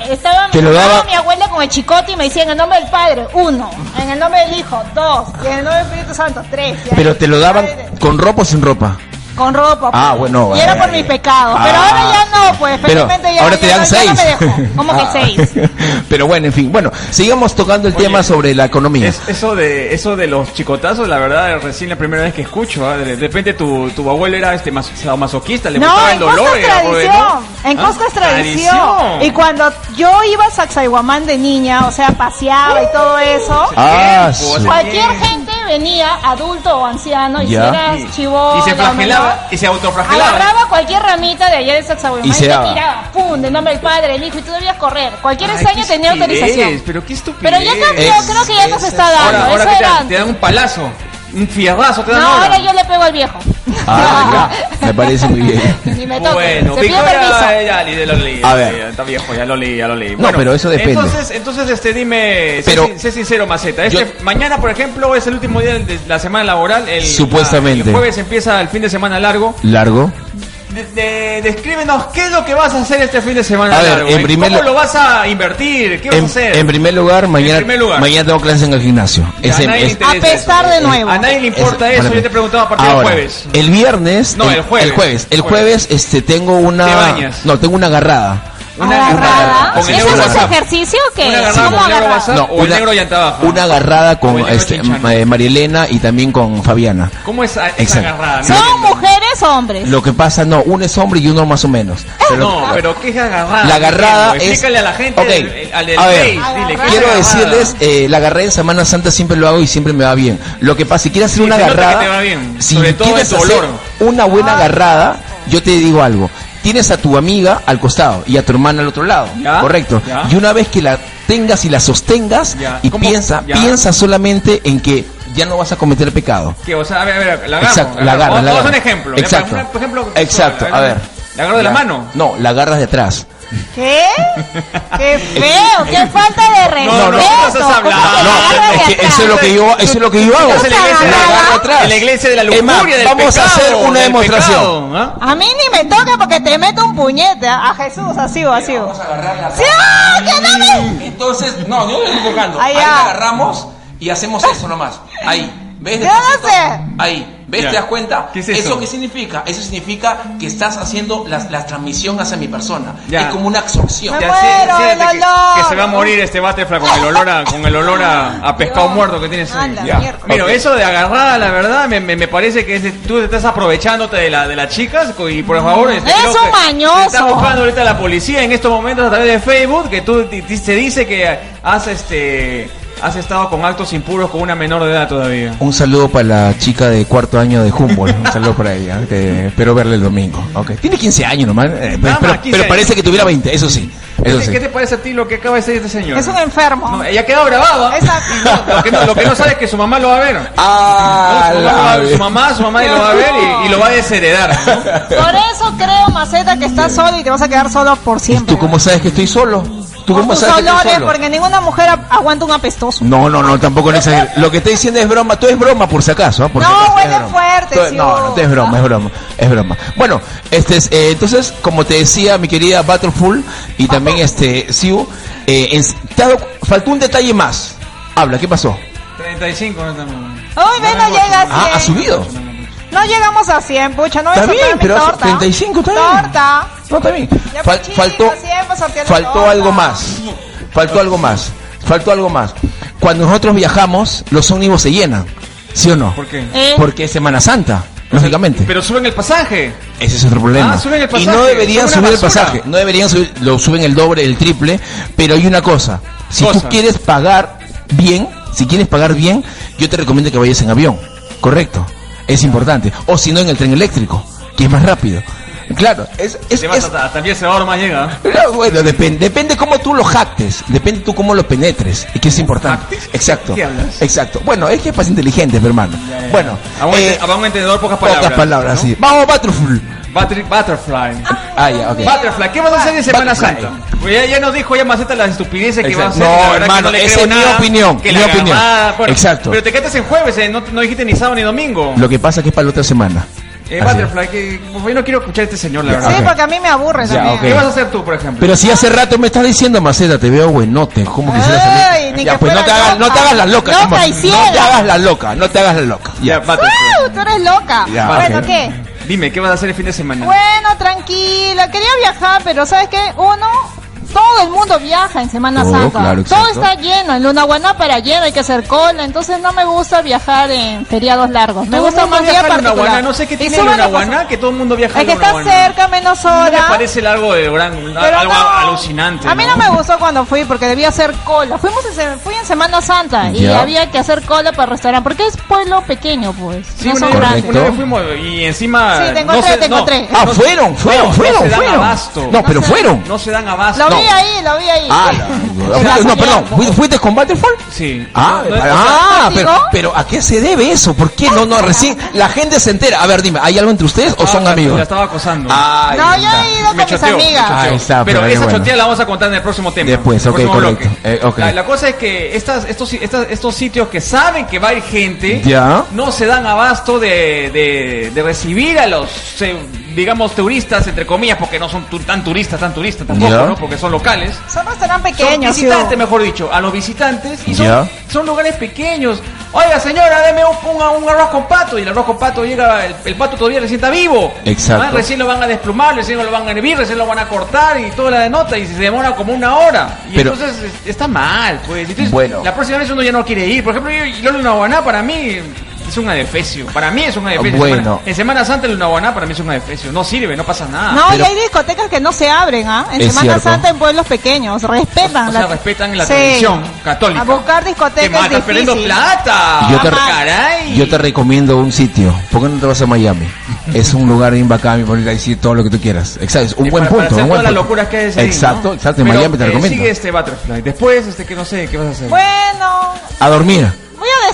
me estaba mi,
Te lo
mamá,
daba-
mi abuela con el chicote y me decían en el nombre del Padre, uno, en el nombre del Hijo, dos, y en el nombre del Espíritu Santo, tres. y ahí-
Pero te lo daban
Ay, de-
con ropa o sin ropa.
con ropa.
Ah,
pues.
bueno,
Y era
bueno.
por mis pecados. pero
Ah.
ahora ya no, pues.
Pero
felizmente ya,
ahora te
ya
dan
no-
seis.
ya no me dejó. ¿Cómo
Ah.
que seis?
Pero bueno, en fin. Bueno, sigamos tocando el
Oye,
tema sobre la economía.
Es- eso de eso de los chicotazos, la verdad, recién la primera vez que escucho. ¿ah? De de repente tu, tu abuelo era este mas- masoquista, le
No,
gustaba
en
el dolor.
Cusco es
era joven,
tradición.
¿no?
En
¿Ah?
Cusco es tradición. Y cuando yo iba a Sacsayhuamán de niña, o sea, paseaba y todo eso,
Ah,
Tiempo,
su-
cualquier gente venía, adulto o anciano, y si
Ya.
eras
Y-
chibola
y se
o menor,
flagelaba, y se autoflagelaba.
Agarraba cualquier ramita de allá de Sacsayhuamán
Y
y,
se
te
daba.
tiraba, pum, de nombre del padre, el hijo, y tú debías correr. Cualquier
Ay,
extraño
qué
tenía
estupidez,
autorización.
Pero qué estupidez. Eh,
Pero ya cambió,
Es-
creo que ya no se está
es-
dando.
Ahora, ahora
Eso
que te,
era
dan- te dan un palazo, un fierrazo te dan
No,
ahora.
ahora yo le pego al viejo.
Ah, ya. Me parece muy bien.
Ni me toca.
Bueno,
Se pide permiso.
Victoria, eh, ya, li- lo leí.
A ver.
ya, Está viejo, ya lo leí, ya lo leí.
No, pero eso depende.
Entonces, entonces este, dime, sé
Pero-
sin- sé, sincero, Maceta. Este,
Yo-
mañana, por ejemplo, es el último día de la semana laboral. El,
Supuestamente.
ah, el jueves empieza el fin de semana largo.
Largo.
De- de- descríbenos qué es lo que vas a hacer este fin de semana
A ver,
largo.
en
¿eh?
primer
¿Cómo
lu-
lo vas a invertir? ¿Qué vas a
En,
hacer?
en primer lugar, mañana,
primer lugar.
mañana tengo clases en el gimnasio.
Ya,
Ese-
a nadie le
es-
interesa
A pesar
eso.
de nuevo.
A nadie le importa
es-
eso.
para
Yo
mí.
te preguntaba a partir del
Ahora,
jueves.
El viernes.
No, el jueves.
El jueves, el
Jueves.
jueves, este, tengo una.
Te bañas.
No, tengo una agarrada.
Una
¿Agarrada?
agarrada. Con el
¿Eso
negro
es
WhatsApp.
ejercicio o qué?
Una agarrada
¿Cómo
con el negro
agarrada?
WhatsApp. o el negro llanta baja.
Una agarrada
O
con
el negro
este,
chinchano.
eh, Marielena y también con Fabiana.
¿Cómo es a- esa
Exacto.
agarrada?
Sí.
Mira,
¿Son mujeres o hombres?
Lo que pasa, no, uno es hombre y uno más o menos.
Ah,
Pero-
no, pero ¿qué es agarrada?
La agarrada es.
Explícale a la gente,
Ok,
el- el- al del
a ver,
Face, dile, ¿qué es
Quiero
agarrada?
decirles, eh, la agarré en Semana Santa siempre lo hago y siempre me va bien. Lo que pasa, si quieres
Sí,
hacer una
se nota
agarrada,
que te va bien,
si
sobre todo
quieres
en tu
hacer
olor. Ah.
una buena agarrada, yo te digo algo. Tienes a tu amiga al costado y a tu hermana al otro lado,
Ya,
correcto.
ya.
Y una vez que la tengas y la sostengas
Ya,
y
¿cómo?
piensa,
Ya.
piensa solamente en que ya no vas a cometer pecado.
Que, o sea, a ver, a ver, la agarro.
Exacto, la agarra,
Vamos- vamos
la
a
agarra.
un ejemplo. ya,
Exacto.
para un ejemplo
Exacto, a ver.
La agarro de la
Ya.
mano.
No, la agarras de atrás.
¿Qué? ¡Qué feo! ¡Qué falta de respeto!
No, no, no estás
¿Cómo que
hablando.
te
No,
agarras
es
de
que
atrás?
eso es lo que yo, eso es lo que yo hago.
Ah. Estás en la iglesia,
La agarro atrás.
en la iglesia de la
Es más,
lujuria, del
vamos a hacer
pecado,
una
del
demostración.
pecado, ¿ah?
A mí ni me toca porque te meto un puñete. A a Jesús, así o así. o. ¡Sí! ¡ah, ¡Que no me-
Entonces, no, yo le estoy tocando.
Ahí
Ahí,
ya.
la agarramos y hacemos eso nomás. Ahí. ¿Ves?
este
¿Qué
Despacito.
hace?
Ahí. ¿Ves?
Ya.
¿Te das cuenta?
¿Qué es eso?
qué significa? Eso significa que estás haciendo la, la transmisión hacia mi persona.
Ya.
Es como una absorción.
Me
Ya,
muero,
sí, sí,
el
que-
olor.
Que, se va a morir este batefla con el olor a, con el olor a, a pescado
Dios.
muerto que tienes
A
ahí.
la
Ya.
mierda.
Mira,
Ok.
eso de agarrada, la verdad, me, me, me parece que es de- tú te estás aprovechándote de, la, de las chicas y por favor... este,
Es
creo
un
que
mañoso.
te Está buscando ahorita la policía en estos momentos a través de Facebook que tú ti- ti- se dice que has este... Has estado con actos impuros con una menor de edad todavía.
Un saludo para la chica de cuarto año de Humboldt. Un saludo para ella. que espero verla el domingo. Okay. Tiene 15 años nomás. eh,
Nada más,
pero, pero
15 años.
parece que tuviera 20. Eso sí. Eso
¿Qué,
sí.
qué te parece a ti lo que acaba de decir este señor?
Es un enfermo.
No, ella ha quedado grabada.
Exacto.
Y no, lo, que no, lo que no sabe es que su mamá lo va a ver.
Ah,
No, su,
la
mamá,
vez.
su mamá, su mamá lo va a ver y, y lo va a desheredar. ¿no?
Por eso creo, Maceta, que estás solo y te vas a quedar solo por siempre.
¿Tú cómo sabes que estoy solo? ¿Tú
Por
cómo
tus
sabes que estoy
olores,
solo?
porque ninguna mujer a- aguanta un apestoso.
No, no, no, tampoco no exageres. Lo que estoy diciendo es broma. Tú es broma, por si acaso. ¿ah? Por si
No,
acaso, es
huele
broma.
fuerte,
Tú-
sí,
No, no,
oh.
tú es broma, es broma, es broma. Bueno, este es, eh, entonces, como te decía mi querida Battlefull y también este Siu, eh, ens- te ha dado- faltó un detalle más. Habla, ¿qué pasó?
35 no estamos.
Uy, ve, no Oh, llega ¿eh? a 100.
Ah, ha subido.
No llegamos a 100, pucha. No me
Está bien,
sorprende
pero hace
torta.
35 está bien.
Torta.
No, está bien.
Ya,
Fal-
pues,
faltó,
chicos, siempre sorteando
faltó
torta.
algo más. Faltó algo más. Faltó algo más. Cuando nosotros viajamos, los ómnibus se llenan. ¿Sí o no?
¿Por qué?
Eh,
Porque es Semana Santa, lógicamente.
Pero suben el pasaje.
Ese es otro problema.
Ah, suben el
y
pasaje,
no deberían
son una
subir el
basura.
pasaje. No deberían subir, lo suben el doble, el triple. Pero hay una cosa. Si
Cosa.
tú quieres pagar bien, si quieres pagar bien, yo te recomiendo que vayas en avión. Correcto. Es importante. O si no, en el tren eléctrico, que es más rápido. Claro, es, es,
Te vas
es-
hasta, hasta el 10 horas más llega.
Ah, Bueno, depende, depende cómo tú lo jactes, depende tú cómo lo penetres, y que es importante. Exacto.
¿Qué hablas?
Exacto. Bueno, es que es más inteligente, mi hermano. Bueno,
A un,
eh,
ente- a un entendedor pocas
pocas
palabras.
palabras,
¿no?
sí. Vamos, Butterfly.
Butter- Butterfly.
Ah, ya, ok.
Butterfly, ¿qué vas a hacer en Semana
Butterfly.
Santa? Pues ya, ya nos dijo ya Maceta las estupideces que
Exacto.
va a hacer.
No,
la verdad
hermano,
que no le
esa
creo
es mi
nada,
opinión,
que
mi
la
opinión.
gamada- bueno,
Exacto.
Pero te quedaste en jueves, eh, no, no dijiste ni sábado ni domingo.
Lo que pasa es que es para la otra semana.
Eh,
Así.
Butterfly, que, pues, yo no quiero escuchar a este señor, la
Ya,
verdad.
Sí,
ok.
porque a mí me aburre
Ya,
también.
ok.
¿Qué vas a hacer tú, por ejemplo?
Pero si hace rato me estás diciendo, Maceta, te veo buenote. ¿Cómo quisiera
Ay,
salir?
ni
Ya,
que
pues no
fuera
te, hagas, no te
loca.
hagas la loca.
Loca
Tomás.
y
no te
ciega.
hagas la loca, no te hagas la loca.
Ya,
Ya.
Butterfly.
¡Wow! Tú eres loca.
Ya,
bueno,
ok.
¿qué?
Dime, ¿qué vas a hacer el fin de semana?
Bueno, tranquila. Quería viajar, pero ¿sabes qué? Uno, todo el mundo viaja en Semana
Todo,
Santa.
Oh, claro,
todo
exacto.
está lleno. En Luna para lleno, hay que hacer cola. Entonces no me gusta viajar en feriados largos. Me
Todo
gusta
el mundo
más día
viaja a
particular.
Lunahuaná, No sé qué
Y
tiene
suban los
Lunahuaná,
pasajeros.
que todo el mundo viaja a
El que está
Lunahuaná.
cerca, menos
¿No
hora.
me parece algo de gran,
Pero
algo
no.
alucinante.
A mí no me gustó cuando fui porque debía hacer cola. Fuimos en, se- fui en Semana Santa y
Ya.
había que hacer cola para el restaurante porque es pueblo pequeño, pues.
Sí,
no
una,
son
vez-
grandes.
Correcto.
una vez fuimos y encima.
Sí, te
no
encontré,
se-
te
no,
encontré.
Ah, fueron, fueron,
se
fueron,
dan
fueron.
abasto.
No, pero
No se-
fueron.
No se dan abasto.
Lo vi ahí, lo vi ahí.
Ah, la- no, perdón, ¿fui- ¿fuiste con Butterfly?
Sí.
Ah,
No, no,
ah,
¿contigo?
pero, pero ¿a qué se debe eso? ¿Por qué no, no, recién la gente se entera? A ver, dime, ¿hay algo entre ustedes o son
Ah, La
amigos? Ah,
estaba acosando.
Ay,
No,
ahí
yo
está.
he ido con
Me
mis
choteó, me
amigas.
choteó.
Ahí
pero
está, pero ahí,
esa
bueno.
chotea la vamos a contar en el próximo tema. en
Después,
el
ok,
próximo
correcto.
bloque.
Eh, ok.
La, la cosa es que estas, estos, si- estas- estos sitios que saben que va a ir gente
Ya.
no se dan abasto de, de, de recibir a los, se- digamos, turistas, entre comillas, porque no son tu- tan turistas, tan turistas tampoco,
Ya.
¿no? porque son locales.
Son restaurantes
Son
pequeños. sí,
visitantes, mejor dicho, a los visitantes y son,
Ya.
son lugares pequeños. Oiga, señora, deme un, un- un arroz con pato y el arroz con pato llega, el, el pato todavía recién está vivo.
Exacto.
Ah, Recién lo van a desplumar, recién lo van a hervir, recién lo van a cortar y toda la de nota y se demora como una hora. Y
Pero-
entonces es- está mal, pues. Entonces,
Bueno.
La próxima vez uno ya no quiere ir. Por ejemplo, yo, yo Lunahuaná para mí es un adefesio. Para mí es un adefesio.
Bueno.
En Semana- En Semana Santa el Lunahuaná para mí es un adefesio. No sirve, no pasa nada.
No,
Pero-
y hay discotecas que no se abren, ¿ah? En
Es
Semana
cierto.
Santa en pueblos pequeños. Respetan
O sea, respetan la tradición católica.
Ah, A buscar
Te
discotecas
matas
es
perdiendo
difícil.
plata.
Yo te-
Ah, caray.
Yo te recomiendo un sitio. ¿Por qué no te vas a Miami? Es un lugar bien bacán, mi bonita, decir todo lo que tú quieras. Exacto, es un
Y
buen
Eh, para- para
punto.
hacer
un buen
todas las
punto.
locuras que hay ahí,
Exacto,
¿no?
exacto. En
Pero,
Miami te
eh,
recomiendo.
Sigue este Butterfly. Después, este que no sé, ¿qué vas a hacer?
Bueno,
A dormir.
voy a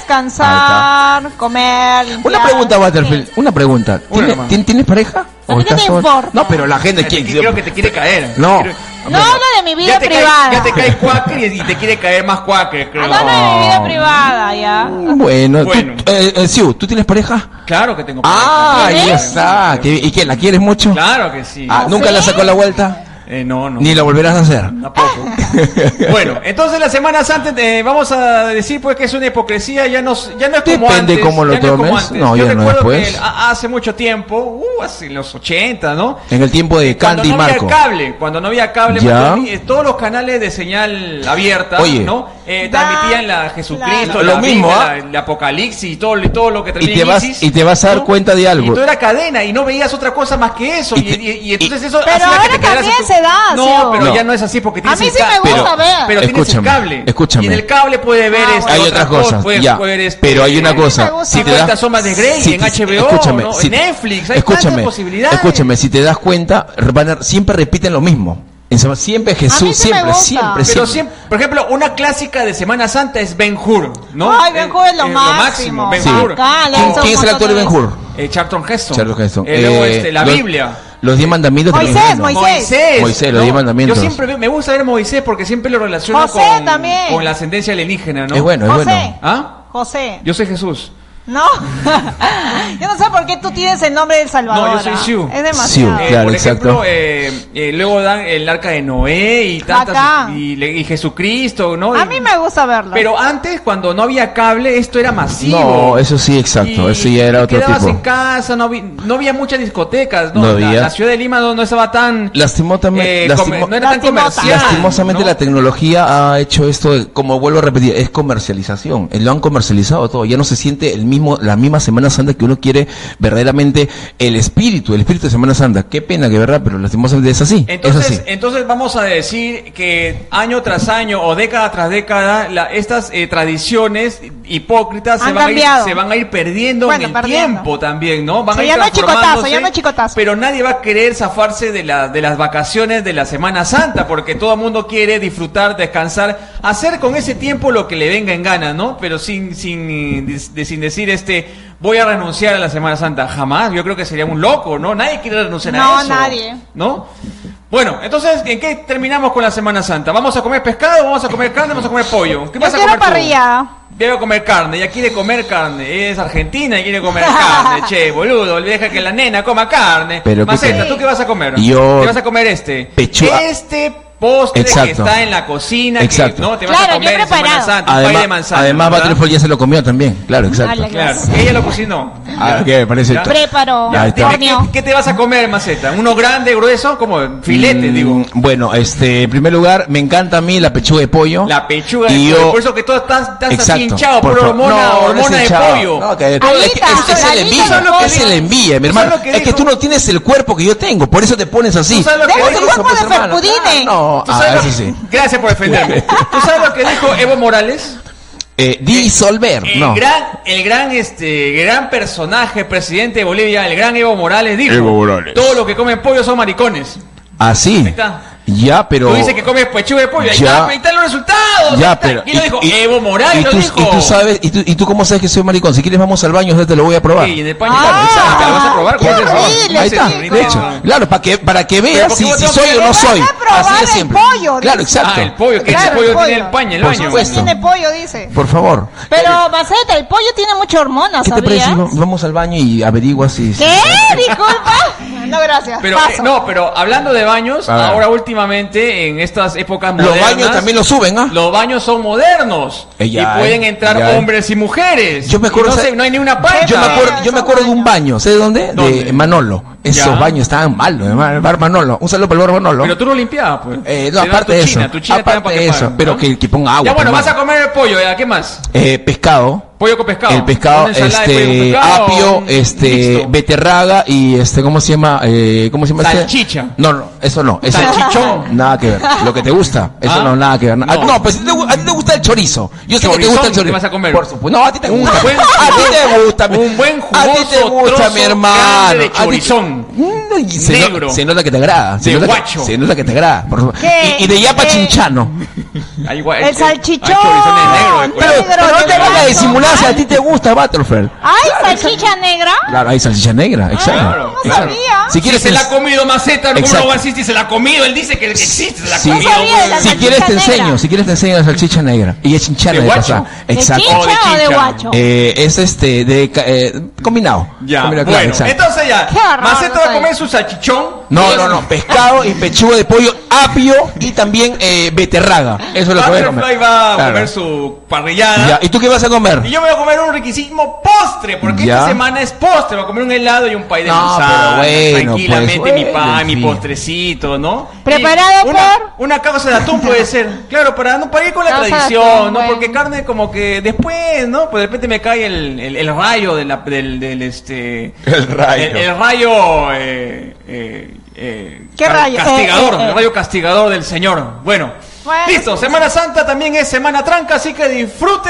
descansar, comer,
Una
limpiar.
pregunta, Butterfield. Una pregunta.
Una
¿Tiene-
nomás.
¿tien- ¿Tienes pareja?
¿A mí qué me
sola?
importa?
No, pero la gente.
Es Este, que creo que te quiere caer.
No.
Quiero-
No habla de mi vida
ya te
privada.
Cae, ya te cae cuáquer y, y te quiere caer más cuáquer, creo.
Ah, no habla de mi vida
Oh.
privada, ya.
Bueno,
Bueno.
Tú, eh, eh, Siu, ¿tú tienes pareja?
Claro que tengo
Ah,
pareja.
ahí
¿Eh?
está. Qué bien. ¿Y qué? ¿La quieres mucho?
Claro que sí.
Ah, ¿Nunca
¿Sí?
la sacó la vuelta?
Eh, no, no.
Ni la volverás a hacer.
Tampoco. bueno, entonces la Semana Santa eh, vamos a decir pues que es una hipocresía, ya no, ya no es como
Depende
antes.
cómo lo
ya no es como
tomes.
antes.
No,
Yo
ya no
recuerdo
después.
que a- hace mucho tiempo, uh, hace en los 80, ¿no?
En el tiempo de
Cuando
Candy y
no
Marco.
había cable, cuando no había cable,
Ya.
cuando había- todos los canales de señal abierta,
Oye.
¿no? Eh,
Da-
transmitían la Jesucristo,
Claro.
la
Lo mismo,
Biblia, la-
¿ah?
el Apocalipsis y todo, y todo lo que termina
Y te
en
vas-
Isis,
y te vas a dar cuenta de algo.
Y todo era cadena y no veías otra cosa más que eso.
Y
Y,
te-
y- y entonces
y-
eso
Pero
hacía que
ahora
te quedaras en
también se da,
No,
Seo.
pero
No.
ya no es así porque
A
tienes
mí
el
sí me
cable.
gusta
Pero-
ver.
Pero tienes el
Escúchame,
cable.
escúchame.
Y en el cable puede ver
Ah,
este,
Hay otra cosa.
puede-
ya.
puede ver este,
Pero hay una
me
cosa.
gusta.
Si te
50
das,
sombras de Grey
si
en
te-
HBO,
escúchame,
¿no?
si-
En Netflix, hay tantas posibilidades.
Escúchame, si te das cuenta, van a- siempre repiten lo mismo. En Sema- Siempre Jesús,
A mí sí me
siempre,
gusta.
siempre,
Ah, Pero
siempre.
siempre, por ejemplo, una clásica de Semana Santa es Ben Hur, ¿no? Eh,
Ay, Ben Hur es lo máximo.
Ben
Sí.
Hur.
Acá, la-
¿Quién,
Lanza
quién
un
es el
montón
actor de
de
Ben Hur?
Eh, Charlton Heston.
Charlton Heston.
Eh, luego,
Eh,
este, la
los-
Biblia.
Los diez mandamientos. de los
Moisés,
cristianos.
Moisés.
Moisés.
Moisés, los diez mandamientos.
Yo siempre veo- me gusta ver a Moisés porque siempre lo relaciono
José
con,
también.
con la ascendencia alienígena, ¿no?
Es bueno, es
José.
bueno.
¿Ah?
José,
Yo soy Jesús.
no. Yo no sé por qué tú tienes el nombre del Salvador.
No, yo soy
¿ah?
Siu.
Es demasiado.
Siu.
Eh,
Claro,
por ejemplo,
exacto.
eh, eh, luego dan el arca de Noé y tantas
Bacán.
y, le- y Jesucristo, ¿no?
A mí me gusta verlo.
Pero antes, cuando no había cable, esto era masivo.
No, eso sí, exacto.
Y
Eso ya era
te
otro
quedabas
tipo.
en casa, no, había- no había muchas discotecas. No,
No
La- La,
había.
ciudad de Lima no, no estaba tan.
Lastimotame-
eh,
lastimo-
come- no era tan
Lastimosa.
comercial.
Lastimosamente
¿no?
la tecnología ha hecho esto, de- como vuelvo a repetir, es comercialización, eh, lo han comercializado todo, ya no se siente el mismo, la misma Semana Santa que uno quiere verdaderamente el espíritu, el espíritu de Semana Santa, qué pena que verdad, pero lastimosamente es así, es
Entonces, eh,
así.
entonces vamos a decir que año tras año o década tras década la- estas eh, tradiciones hipócritas se
Han
van, a ir,
cambiado.
se van a ir perdiendo
Bueno,
en el
perdiendo.
tiempo también, ¿no? Van
Sí,
a ir
ya no es chicotazo,
transformándose,
ya no es chicotazo.
Pero nadie va a querer zafarse de, la, de las vacaciones de la Semana Santa, porque todo el mundo quiere disfrutar, descansar, hacer con ese tiempo lo que le venga en gana, ¿no? Pero sin, sin, de- sin decir este... Voy a renunciar a la Semana Santa. Jamás. Yo creo que sería un loco, ¿no? Nadie quiere renunciar
No,
a eso.
nadie.
¿No? Bueno, entonces, ¿en qué terminamos con la Semana Santa? ¿Vamos a comer pescado? ¿Vamos a comer carne? ¿Vamos a comer pollo? ¿Qué
Yo
vas a
quiero
comer tú?
parrilla.
Debe comer carne, ella quiere comer carne. Es argentina y quiere comer carne, che, boludo. Deja que la nena coma carne.
Pero que-
Maceta,
Sí.
¿tú qué vas a comer?
Yo-
¿Qué vas a comer este?
Pechuga.
Este postre que
Exacto.
está en la cocina. Que,
Exacto.
no, te vas a
Claro, yo
comer en Semana
preparado.
Santa. un pay de
Además,
manzana,
además
¿verdad?
Battlefield ya se lo comió también. Claro,
Ah,
exacto.
la-
Claro, ella lo cocinó.
Ah, ok, me parece
Ya.
to-
Preparo.
Ya, ahí está.
Dime, ¿qué,
horneo.
qué te vas a comer, Maceta? ¿Uno grande, grueso? Como filete,
Mm,
digo.
Bueno, este, en primer lugar, me encanta a mí la pechuga de pollo.
La pechuga de
Y
pollo.
yo-
Por eso que todo estás, estás así
Exacto.
hinchado, por,
favor.
hormona,
No, no es
hormona de
hinchado.
pollo.
No, que-
Alita,
es, que- es que es el
alita, ¿sabes lo
envidia,
que
es el
dijo?
envidia, mi
¿Tú sabes
hermano.
lo que
Es que
dijo?
tú no tienes el cuerpo que yo tengo, por eso te pones así.
¿Tú sabes lo que
Por
dijo?
eso,
Cuerpo
pues,
de
hermano.
Ferpudine.
Ah, No,
¿Tú
ah,
sabes lo-
eso sí.
Gracias por defenderme. ¿Tú sabes lo que dijo Evo Morales?
Eh, disolver,
El
no.
gran, el gran, este, gran personaje, presidente de Bolivia, el gran Evo Morales dijo:
Evo Morales.
Todos los que comen pollo son maricones.
Así.
está.
Ya, pero.
Tú dices que comes pechuga de pollo. Ahí,
Ya.
está, ahí están los resultados. ahí
Ya,
está.
pero.
¿Quién lo dijo? Evo
y
Morales
tú,
lo dijo.
y tú sabes, y tú, y tú cómo sabes que soy maricón. Si quieres, vamos al baño, ya te lo voy a probar.
Sí, en España.
Ah,
Claro, ¿Te lo vas a probar? ¿Cómo
qué
se roba?
horrible,
Ahí
Sí,
está,
sí,
de hecho.
claro.
Claro, para que, para que
Pero
veas si,
porque
si
vos tenés
soy o
que-
no soy.
Vas a probar
Así de
el
siempre.
pollo,
Claro,
dice.
exacto.
Ah, el pollo, que
Claro,
ese
el
pollo, tiene
pollo.
el paño, el
Por
baño.
No se
supuesto.
tiene pollo, dice.
Por favor.
Pero, Maceta, el pollo tiene mucha hormona,
¿Qué te parece? si
¿sabías?
va- Vamos al baño y averigua si. si-
¿Qué? Disculpa. No, gracias.
Pero, eh,
Paso.
no, pero hablando de baños,
A ver.
ahora últimamente, en estas épocas
Los
modernas...
baños también lo suben, ¿ah?
Los baños son modernos.
Eh, ya,
y pueden
eh,
entrar
ya, eh.
hombres y mujeres.
Yo me acuerdo.
Y no,
¿sabes?
se- no hay ni una paja.
Yo me acuerdo, yo me acuerdo de un baño. ¿Sabes dónde?
¿Dónde?
De Manolo. Esos
Ya.
baños estaban malos. hermano, El bar Manolo. Un saludo para el bar Manolo.
Pero tú lo limpiabas, pues.
Eh,
Te
no,
daban
aparte
tu
de
china,
eso.
tu china te daban
aparte
para
de
que
eso.
paguen,
Pero
¿no?
que, que ponga agua. pues,
Ya bueno,
hermano.
vas a comer el pollo, ¿ya? ¿Qué más?
Eh, pescado.
Pollo con pescado.
El pescado,
Una ensalada de
este,
pollo con pescado,
apio,
un
este,
mixto.
beterraga y este, ¿cómo se llama? Eh, ¿Cómo se llama? este?
Salchicha.
No, no, eso no. Eso
Salchichón.
Nada que ver. Lo que te gusta. Eso
Ah.
no, nada que ver. Ah,
No.
No, pues te gu- a ti te gusta el chorizo. Yo sé que te
Chorizón
gusta el
te
chorizo.
vas a comer.
Por supuesto. No, a ti te
Un
gusta.
buen
a ti te gusta. mi-
un buen
A ti te
jugoso
gusta,
trozo
mi hermano.
grande de
A ti-
chorizón.
Mm, y se
Negro.
no- se nota que te agrada. Se
De
nota que-
guacho.
Se nota que te agrada. por supuesto.
¿Qué?
Y, y de yapa
¿Qué?
chinchano.
Ay, guay,
El
eh,
salchichón.
hay chorizones negros, de
Pero,
color.
Negro,
pero no
de
te vas a
brazo,
disimular si a ti te gusta Battlefield.
¿Ay, salchicha negra?
Claro, hay salchicha negra, exacto.
Ah, claro,
No
claro.
sabía.
Si quieres,
Se la
ens-
ha comido Maceta, ¿cómo
Exacto.
no va a decir si se la ha comido? Él dice que que existe, se la ha
Sí.
comido.
No sabía de la
güey.
si
salchicha
quieres te
negra.
enseño, si quieres te enseño la salchicha negra y es chinchana
¿De
de,
guacho?
pasada.
¿De
Exacto. Oh,
chicha o de
chicha.
guacho?
Eh, es este de ca- eh, combinado.
Ya,
Combinado, claro,
bueno,
exacto.
entonces ya,
Qué horror,
Maceta
no
va a
sabía.
comer su salchichón.
No, no, no, pescado y pechuga de pollo, apio y también eh, beterraga. Eso es lo que voy a
Butterfly
comer.
va a
Claro.
comer su parrillada.
Ya, ¿y tú qué vas a
Y
comer?
yo me voy a comer un riquísimo postre, porque
Ya.
esta semana es postre. Voy a comer un helado y un pay de
No,
manzana.
pero bueno,
tranquilamente,
pues,
mi pan,
bueno,
mi
sí.
postrecito, ¿no?
Preparado
Y una,
por-
Una causa de atún puede ser. Claro, para no para ir con la
Causa de
tradición,
atún,
¿no?
bueno.
Porque carne, como que después, ¿no? Pues de repente me cae el, el, el rayo de la- del, del, este.
El rayo.
El, el rayo. eh, eh, eh,
¿Qué
ca-
rayo?
Castigador,
Eh, eh, eh.
el rayo castigador del Señor. Bueno.
Bueno,
Listo,
sí,
Semana Santa también es Semana Tranca, así que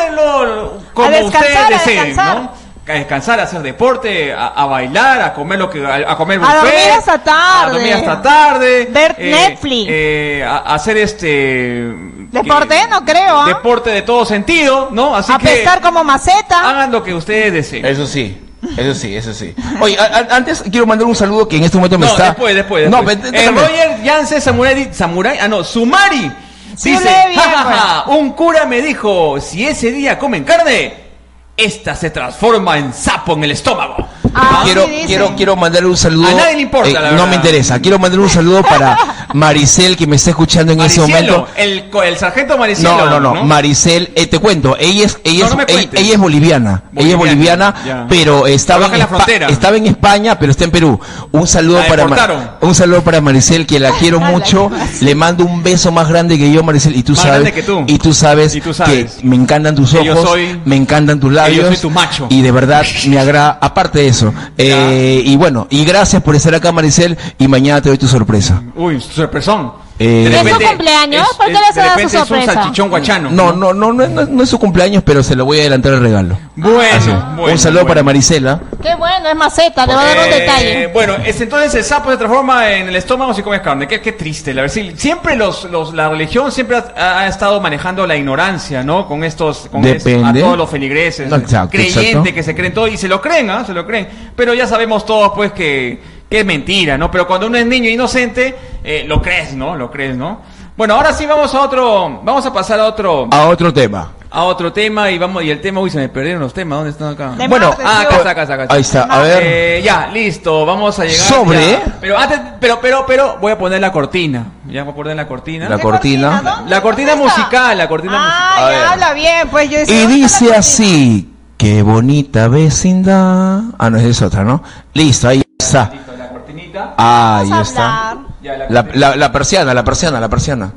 disfrútenlo como
A descansar,
ustedes
a
deseen,
descansar.
¿no? A descansar, a hacer deporte, a, a bailar, a comer lo que a, a comer
A dormir
buffet,
hasta tarde.
a dormir hasta tarde,
Ver Netflix.
eh, a, a hacer este
Deporte, no creo, ¿ah?
deporte de todo sentido, ¿no? Así
a
que
pescar como maceta.
hagan lo que ustedes deseen.
Eso sí. Eso sí, eso sí. Oye, a- a- antes quiero mandar un saludo que en este momento me
No,
está.
después, después.
No,
después.
pero-
Eh, Roger Yance Samurai, Samurai, ah no, Sumari.
Sí,
dice,
le vi,
"Ja, ja, ja,
pues".
un cura me dijo, si ese día comen carne, esta se transforma en sapo en el estómago.
Ah,
quiero,
sí dicen.
quiero, quiero mandar un saludo. Eh,
A nadie le importa, la verdad.
No me interesa. Quiero mandar un saludo para Maricel que me está escuchando en ese
Maricielo,
momento.
el, co- el sargento Maricielo.
No, no, no, Maricel, eh, te cuento, ella es, ella,
No,
es,
no me
ella,
cuentes.
ella es boliviana, ella es
Boliviana,
boliviana,
ya.
pero estaba
Trabaja
en,
en la
Espa-
frontera.
estaba en España, pero está en Perú. Un saludo
La
para Mar-
deportaron.
un saludo para Maricel que la quiero
Ala,
mucho,
qué fácil.
le mando un beso más grande que yo, Maricel, y tú
Más grande
sabes,
que tú.
y tú sabes,
Y tú sabes.
que me encantan tus
Que yo
ojos,
soy-
me encantan tus labios,
soy tu macho.
y de verdad me agrada. Aparte de eso, eh, y bueno, y gracias por estar acá, Maricel, y mañana te doy tu sorpresa.
Uy, sorpresón.
Eh,
De
¿Es su
cumpleaños? ¿Por qué le
de
vas a dar su
repente Es
sorpresa?
un salchichón guachano.
no, no, no, no, no, no es su cumpleaños, pero se lo voy a adelantar el regalo.
Bueno, bueno,
Ah, un saludo
bueno.
para Marisela.
Qué bueno, es maceta, te voy a dar
Pues,
un
Eh,
detalle.
Bueno, es, entonces el sapo se transforma en el estómago si comes carne. Qué, qué triste, la verdad. Sí, siempre los, los, la religión siempre ha, ha estado manejando la ignorancia, ¿no? Con estos, con es- a
Depende.
todos los feligreses,
No, exacto,
creyentes
exacto.
que se creen todo y se lo creen, ¿ah? Se lo creen. Pero ya sabemos todos, pues, que, que es mentira, ¿no? Pero cuando uno es niño e inocente, eh, lo crees, ¿no? Lo crees, ¿no? Bueno, ahora sí vamos a otro, vamos a pasar a otro,
A otro tema.
a otro tema y vamos y el tema, uy, se me perdieron los temas, ¿dónde están acá?
De
Bueno,
martes,
Ah,
yo-
acá está, acá está, acá está.
Ahí está, a ver.
Eh, ya, listo, vamos a llegar.
Sobre.
ya. Pero antes, pero, pero, pero, voy a poner la cortina. Ya voy a poner la cortina.
La
¿Qué
cortina?
¿Dónde?
La cortina
¿Dónde está?
musical, la cortina
Ah,
musical. A ver.
ya habla bien, pues yo decía,
Y
¿dónde está la
dice
cortina?
así, qué bonita vecindad. Ah, no, es otra, ¿no? Listo, ahí está.
Listo, la cortinita.
Ahí
Vamos a
está.
hablar.
Ya, la
La,
cortina.
la, la persiana, la persiana, la persiana.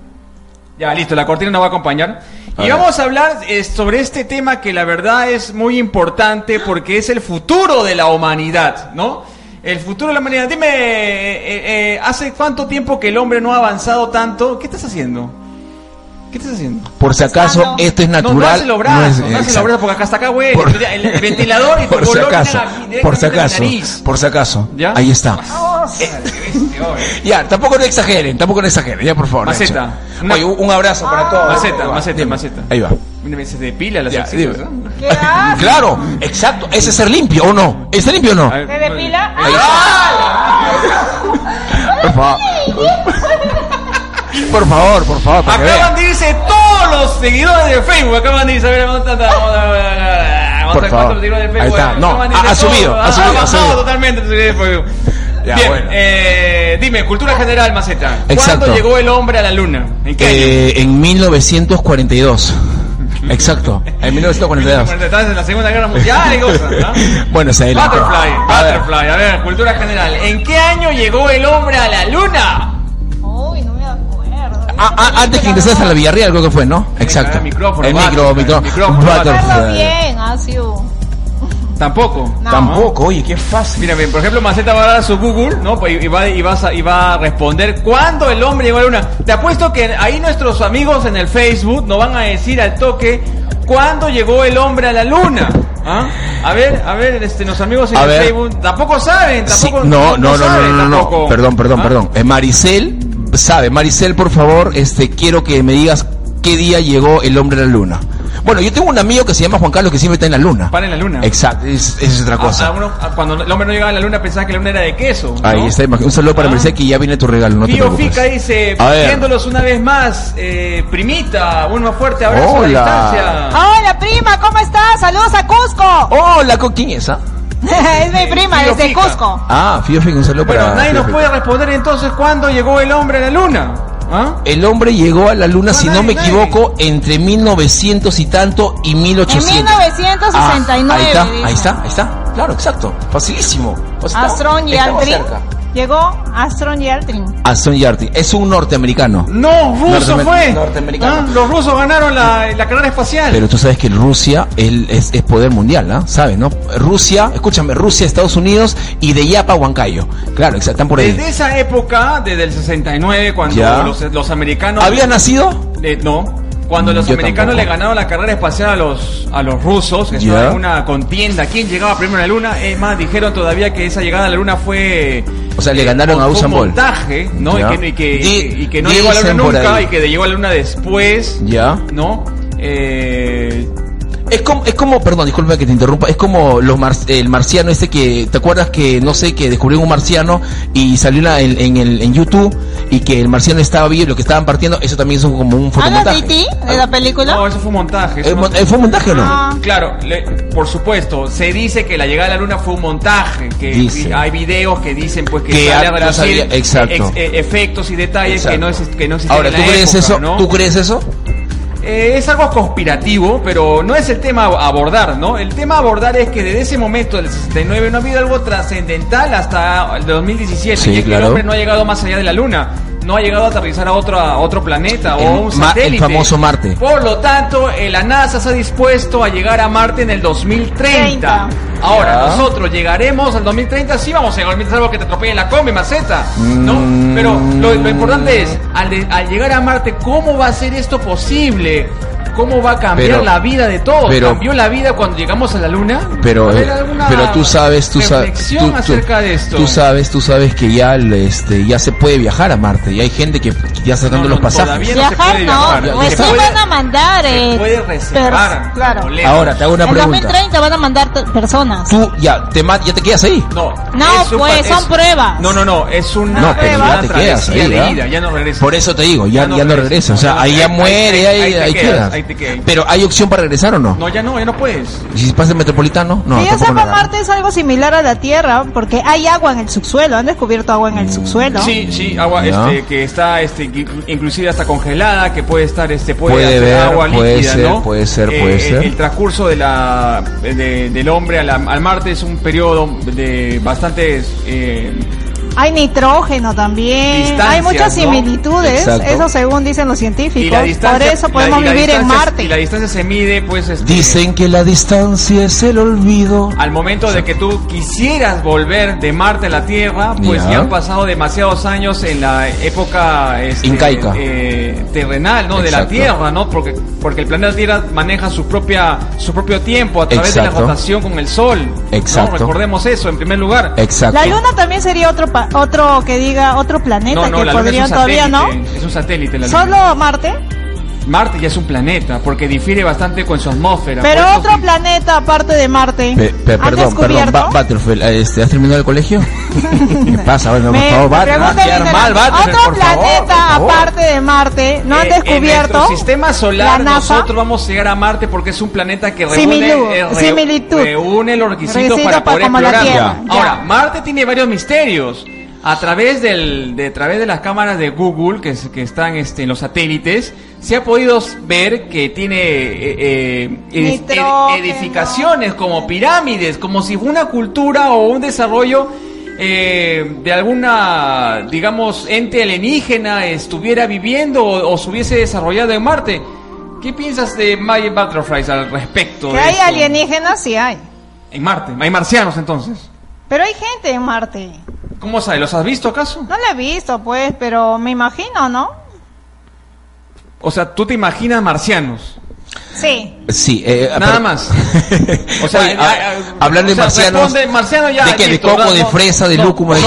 Ya, listo, la cortina nos va a acompañar.
A
y
ver.
vamos a hablar eh, sobre este tema que la verdad es muy importante porque es el futuro de la humanidad, ¿no? El futuro de la humanidad. Dime, eh, eh, ¿hace cuánto tiempo que el hombre no ha avanzado tanto? ¿Qué estás haciendo? ¿Qué estás haciendo?
Por si acaso,
Pensando.
esto es
No, no
natural.
hace los brazos,
es-
no, hace los
exacto.
brazos porque acá está acá, güey.
Por-
el, el ventilador y tu
por si
color
acaso,
viene a- directamente
por si
a mi
acaso,
nariz.
por si acaso.
¿Ya?
Ahí está.
Oh, sí.
Eh, Ya, tampoco no exageren, tampoco no exageren, ya por favor.
Maceta.
Nacho. Oye, un un abrazo
Ah.
para todos.
Maceta,
Ahí va,
maceta,
dime.
maceta.
Ahí va.
Mira, se depila la
Ya,
salsita,
dime.
¿no?
¿Qué haces?
Claro, exacto. Ese es ser limpio o no. ¿Es ser limpio o no?
A ver,
¿Se Ah. depila?
Ahí Por favor. Por favor, por favor, para que
Acaban
vean.
de irse todos los seguidores de Facebook. Acaban de irse. A ver, vamos a vamos a- vamos a-
Por
vamos a-
favor.
los seguidores de
Ahí
Facebook.
está. No,
Acaban de irse
ha- ha
todos.
subido, ha subido, ha
bajado
subido.
totalmente los seguidores de Facebook.
Ya,
Bien,
bueno.
eh, dime, cultura general, Maceta. ¿Cuándo
Exacto.
llegó el hombre a la luna? ¿En qué año?
Eh, en 1942. Exacto, en 1942.
Bueno, Estás en la Segunda Guerra Mundial y cosas, ¿no?
Bueno, se adelantó.
Butterfly,
A ver,
Butterfly, a ver, cultura general. ¿En qué año llegó el hombre a la luna?
Uy, no me acuerdo.
a- a- Ah, antes que ingresaras a la Villarreal, creo que fue, ¿no? Exacto.
el micrófono,
El micro,
Butterfly,
micro-
el micrófono,
Recuerdo
Butterfly.
bien, Asiu.
Tampoco.
No.
Tampoco, oye, qué fácil.
Mira, bien, por ejemplo, Maceta va a dar su Google, ¿no? Pues, Y va, y, va, a- y va a responder cuándo el hombre llegó a la luna. Te apuesto que ahí nuestros amigos en el Facebook nos van a decir al toque cuándo llegó el hombre a la luna. ¿Ah? A ver, a ver, este, los amigos en
A
el
ver.
Facebook tampoco saben,
Sí,
tampoco.
no, no, no, no,
saben
no, no,
tampoco.
Perdón, perdón,
¿Ah?
perdón. Eh, Maricel sabe, Maricel, por favor, este, quiero que me digas qué día llegó el hombre a la luna. Bueno, yo tengo un amigo que se llama Juan Carlos que siempre está en la luna.
Para en la luna.
Exacto, es- esa es otra
Ah,
cosa.
ah, uno- ah, cuando el hombre no llegaba a la luna pensaba que la luna era de queso. ¿no?
Ahí está, imagi- un saludo para
Ah.
Maricel que ya viene tu regalo, no te
Pío
preocupes.
Fica dice,
A ver.
viéndolos una vez más, eh, primita, un más fuerte abrazo
Hola. Ah,
a la distancia.
Hola, prima, ¿cómo estás? Saludos a Cusco.
Hola, ¿con quién es? ah?
es
eh,
mi prima,
Tío
desde
Pica.
Cusco.
Ah, Pío Fica, un saludo
Bueno,
para.
nadie
Pío
nos
Fica.
puede responder entonces cuándo llegó el hombre a la luna. ¿Ah?
El hombre llegó a la luna,
No,
si no
nadie,
me
nadie.
equivoco, entre 1900 y tanto y
En
1800.
1969.
Ah, ahí está,
dice.
ahí está, ahí está. Claro, exacto. Facilísimo. Pues está-
Astron y
estamos
Aldrin.
cerca.
Llegó Astron y Aldrin.
Astron Yarty. Es un norteamericano.
No, ruso
Norteamer-
fue.
norteamericano.
Ah, Los rusos ganaron la, la carrera espacial.
Pero tú sabes que Rusia él es, es poder mundial, ¿ah? ¿Sabes, no? Rusia, escúchame, Rusia, Estados Unidos y de Yapa, a Huancayo. Claro, exacto, están por ahí.
desde esa época, desde el 69, cuando
Ya.
los, los americanos...
¿Había nacido?
Eh, no. Cuando los
Mm, Yo
americanos
tampoco.
le ganaron la carrera espacial a los a los rusos, que
Ya.
estaba en una contienda, quién llegaba primero a la luna, es más, dijeron todavía que esa llegada a la luna fue eh,
O sea, le ganaron a
fue un
Usain Bolt.
montaje, ¿no? Y
Ya.
que, y que-
Di-
y que no llegó a la luna
dicen por
nunca
ahí.
y que llegó a la luna después,
Ya.
¿no? Eh,
Es como, es como, perdón, disculpa que te interrumpa, es como los mar- el marciano este que, ¿te acuerdas que, no sé, que descubrió un marciano y salió en, la- en- en el, en YouTube y que el marciano estaba vivo y lo que estaban partiendo, eso también es un- como un
¿Ah, no,
fotomontaje.
Titi? ¿De la película?
no, eso fue un montaje. eso
Eh,
no-
mon- eh, ¿Fue un montaje o no?
Ah.
Claro, le- por supuesto, se dice que la llegada a la luna fue un montaje, que
Dice.
y hay videos que dicen pues que,
Que
sale a
antes
relucir
había- exacto.
eh, efectos y detalles
Exacto.
que no es que no existen
Ahora,
en
¿tú
la
crees
época,
eso?
¿no?
¿Tú crees eso?
Eh, es algo conspirativo, pero no es el tema a abordar, ¿no? El tema a abordar es que desde ese momento del 69 no ha habido algo trascendental hasta el 2017
Sí,
y es que el
claro.
hombre no ha llegado más allá de la luna. no ha llegado a aterrizar a otro, a otro planeta o
El
a un
ma- el
satélite.
famoso Marte.
Por lo tanto, eh, la NASA se ha dispuesto a llegar a Marte en el 2030.
Treinta.
Ahora,
Ya.
nosotros llegaremos al 2030, sí vamos a llegar, mientras algo que te atropellen la combi, maceta, ¿no?
Mm.
Pero lo, lo importante es, Pues, al, de- al llegar a Marte, ¿cómo va a ser esto posible? ¿Cómo va a cambiar
Pero-
la vida de todos?
pero-
¿Cambió la vida cuando llegamos a la Luna?
pero
A ver,
eh,
¿alguna
pero tú sabes tú sabes tú,
reflexión
tú-
acerca de esto
tú sabes tú sabes que ya el, este ya se puede viajar a Marte y hay gente que ya está dando
No,
los
no,
pasajes
todavía no se
Viajar
puede
no,
viajar.
Pues
recién
Se puede-
van a mandar. eh,
puede
pers-
reservar
claro.
boletos.
ahora te hago una
en
pregunta
2030 van a mandar t- personas.
tú ya te ma- ya te quedas ahí
no
No,
es un
pues,
pa-
son pruebas.
no no no es una,
No, pero
una
ya te quedas
travesía
ahí,
de
¿ah?
ida, ya no regresas
por eso te digo ya
Ya no
ya no
regresa.
regresas o sea ahí ya
Ahí- ahí-
muere
ahí
ahí
te
ahí
quedas,
quedas
ahí te quedas.
pero hay opción para regresar o no
no ya no ya no puedes
¿Y si pasa el metropolitano no
que yo
tampoco
sepa,
lo agarra.
Marte es algo similar a la Tierra, porque hay agua en el subsuelo. Han descubierto agua
Mm,
en el subsuelo.
Sí, sí, agua
Ya.
este, que está este, inclu- inclusive hasta congelada, que puede estar, este, puede,
Puede
hacer
ver,
agua
puede
líquida,
ser,
¿no? Eh,
puede ser, puede
el-
ser.
El transcurso de la, de- del hombre a la- al Marte es un periodo de bastantes... eh,
Hay nitrógeno también.
Distancias,
Hay muchas
¿no?
similitudes.
Exacto.
Eso según dicen
y
los científicos.
la distancia...
Por eso
la-
podemos
y la
vivir en
distancia-
Marte.
Y la distancia se mide, pues... este,
dicen que la distancia es el olvido
Al momento de que tú quisieras volver de Marte a la Tierra, pues
Ya.
ya han pasado demasiados años en la época este,
Incaica.
eh, terrenal, ¿no? De la
Exacto.
Tierra, ¿no? Porque porque el planeta Tierra maneja su propia su propio tiempo a través de la
Exacto.
rotación con el Sol. ¿no?
Exacto.
Recordemos eso en primer lugar.
exacto
La Luna también sería otro pa- otro que diga otro planeta
No, no,
que
la Luna es
podrían
un
todavía, ¿no?
satélite. Es un satélite la Luna.
Solo Marte,
Marte ya es un planeta porque difiere bastante con su atmósfera.
pero
Por eso
otro
sí-
planeta aparte de Marte.
Pe- pe-
¿Han
perdón, perdón,
descubierto?
Ba- Butterfield, eh, este, ¿has terminado el colegio? ¿Qué pasa? Bueno, por
Me-
favor,
me
Bat-
pregunta
Bat- mal,
el general,
Butterfield,
Otro
por favor,
planeta
por favor.
aparte de Marte, no han
Eh, En
descubierto.
nuestro sistema solar
la NASA.
nosotros vamos a llegar a Marte porque es un planeta que reúne,
Similitud,
eh, re-
similitud.
reúne los requisitos
Requisitos
para
pa-
poder
como la
explorarlo.
Tierra, Ya.
Ahora,
ya.
Marte tiene varios misterios. A través del, de a través de las cámaras de Google que, es- que están este, en los satélites, se ha podido ver que tiene eh, eh, edif- ed-
Nitrógeno.
edificaciones como pirámides, como si fuera una cultura o un desarrollo eh, de alguna, digamos, ente alienígena estuviera viviendo o, o se hubiese desarrollado en Marte. ¿Qué piensas de Magic Butterflies al respecto?
que
de
hay
esto?
alienígenas, sí hay.
En Marte, hay marcianos entonces.
Pero hay gente en Marte.
¿Cómo sabes? ¿Los has visto acaso?
No la he visto, pues, pero me imagino, ¿no?
O sea, tú te imaginas marcianos.
Sí.
Sí, eh,
Nada
pero-
más.
O sea,
Oye,
a-
ah, ah,
hablando
o sea,
de marcianos,
responde, marciano ya,
¿de qué? ¿De
listo,
coco,
no,
de
no,
fresa, de lúcuma, de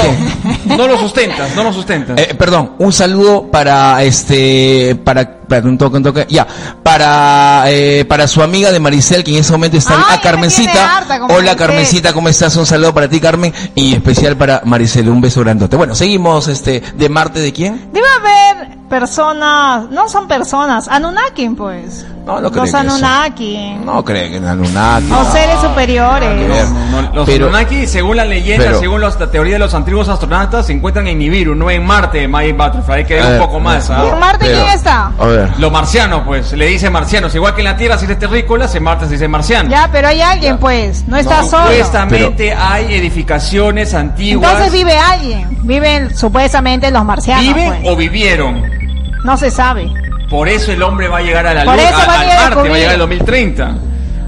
no, no lo sustentas, no lo sustentas.
eh, perdón, un saludo para este, para, para un toque, un toque, ya, para, eh, para su amiga de Maricel, que en ese momento está
Ay,
a
me tiene
Carmencita.
harta con
Hola
Maricel.
Carmencita, ¿cómo estás? Un saludo para ti, Carmen, y especial para Maricel, un beso grandote. Bueno, seguimos, este, de Marte, ¿de quién?
Debe haber personas, no son personas, Anunnakin, pues.
No, no creo
Los
que eso.
Anunnakin.
No creo que en la Lunati.
O seres superiores.
que ver.
Ah, No, no, los
Pero-
Anunnaki, según la leyenda,
pero-
según los- la teoría de los antiguos astronautas, se encuentran en Nibiru, no en Marte, My Butterfly. Hay que ver
A
un
ver,
poco más. ¿ah?
¿Y en Marte
Pero-
quién está?
A ver.
Los marcianos, pues, le dicen marcianos. Igual que en la Tierra se dice terrícolas, en Marte se dice marciano.
Ya, pero hay alguien, pues. No está solo.
Supuestamente hay edificaciones antiguas.
Entonces vive alguien. Viven supuestamente los marcianos.
¿Viven
pues.
o vivieron?
No se sabe.
Por eso el hombre va a llegar a la
Por
luna,
eso va a
al
llegar a
Marte, va a
descubrir.
llegar al 2030.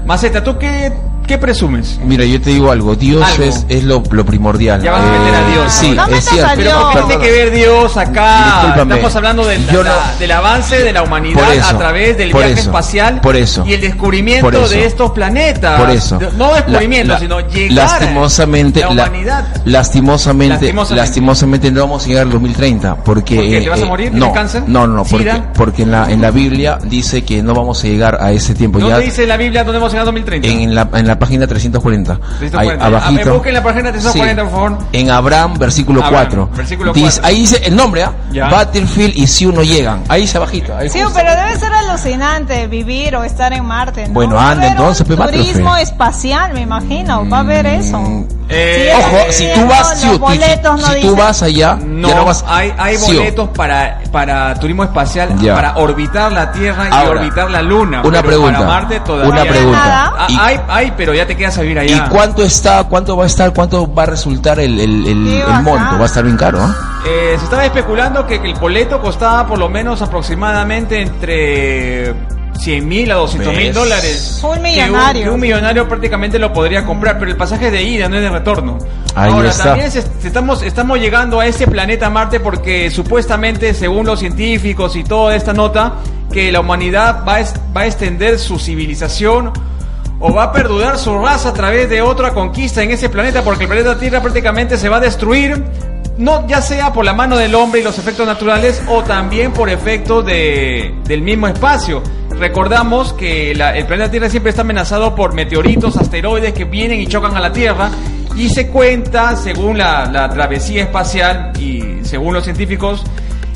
Maceta, ¿tú qué, qué presumes?
Mira, yo te digo algo, Dios
Algo.
es, es lo, lo primordial. Eh,
Ya vas a meter a Dios.
Sí,
No
es
metas a
cierto.
Dios.
Pero ¿qué
Perdón.
tiene que ver Dios acá?
Discúlpame.
Estamos hablando del,
Yo no-
la- del avance de la humanidad
Por eso,
a través del
por
viaje
eso,
espacial
por eso,
y el descubrimiento
por eso,
de estos planetas.
Por eso.
No descubrimiento,
La- la-
sino llegar
lastimosamente,
a la
la-
humanidad.
lastimosamente,
Lastimosamente.
lastimosamente, no vamos a llegar al 2030 porque eh,
¿Por qué? ¿Te vas a morir? ¿Tienes
No,
cáncer?
no, no, porque,
¿Sida?
porque en la en la Biblia dice que no vamos a llegar a ese tiempo.
¿Dónde
Pues ya
dice la Biblia dónde hemos llegado al 2030?
en, en la en la página 340. Ahí,
340. A ver,
abajito.
Ah, busquen la página 340, por favor.
En Abraham versículo
Abraham,
4.
versículo
Dice-
4.
ahí dice el nombre, ¿ah?
Ya.
Battlefield y si uno llegan. Ahí es abajito. ahí
Sí,
justo.
pero debe ser alucinante vivir o estar en Marte. ¿no?
Bueno,
Va a
anda,
haber
entonces,
un
pues, Marte,
Turismo
fe.
espacial, me imagino. Va a haber eso.
Mm,
Eh,
Sí,
Ojo, si tú vas,
Los
Siu, ti- ti-
boletos no
si tú
dicen.
vas allá,
No,
ya no vas.
hay, hay
Siu.
boletos para, para turismo espacial,
Ya.
para orbitar la Tierra y
Ahora,
orbitar la Luna.
Una
pero
pregunta.
Para Marte todavía.
Una
no.
pregunta.
Ah,
¿Y,
hay, hay, pero ya te quedas a vivir allá.
y cuánto está, cuánto va a estar, cuánto va a resultar el, el, el-
Sí,
el
va a
monto?
estar.
Va a estar bien caro, ¿ah?
Eh, se estaba especulando que, que el boleto costaba por lo menos aproximadamente entre 100 mil a 200 mil
¿Ves?
dólares.
Un
Que
millonario.
que un millonario prácticamente lo podría comprar, pero el pasaje de ida no es de retorno.
Ahí
Ahora,
está.
también se- se estamos, estamos llegando a ese planeta Marte porque supuestamente, según los científicos y toda esta nota, que la humanidad va a, es- va a extender su civilización o va a perdurar su raza a través de otra conquista en ese planeta porque el planeta Tierra prácticamente se va a destruir. No, ya sea por la mano del hombre y los efectos naturales o también por efectos de, del mismo espacio. Recordamos que la- el planeta Tierra siempre está amenazado por meteoritos, asteroides que vienen y chocan a la Tierra y se cuenta, según la, la travesía espacial y según los científicos,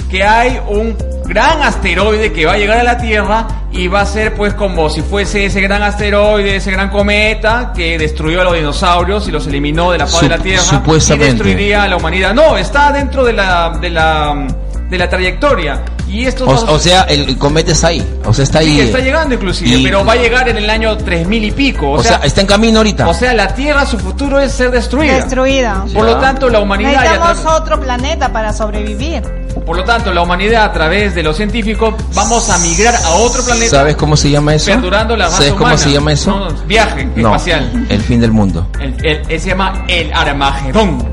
que hay un gran asteroide que va a llegar a la Tierra y va a ser pues como si fuese ese gran asteroide, ese gran cometa que destruyó a los dinosaurios y los eliminó de la faz de la
Sup-
Tierra
supuestamente.
y destruiría a la humanidad. No, está dentro de la de la de la trayectoria y esto
O, o sea, el, el cometa está ahí. O sea, está ahí.
está llegando inclusive,
y-
pero va a llegar en el año 3000 y pico,
o sea, está en camino ahorita.
o sea, la Tierra su futuro es ser destruida.
Destruida.
Por lo tanto, la humanidad ya
Necesitamos
tra-
otro planeta para sobrevivir.
Por lo tanto, la humanidad a través de los científicos vamos a migrar a otro planeta
¿Sabes cómo se llama eso?
perdurando la raza
¿Sabes cómo
humana.
se llama eso?
No, no, viaje
No,
espacial.
el fin del mundo.
El, el- eh, se llama el Armagedón.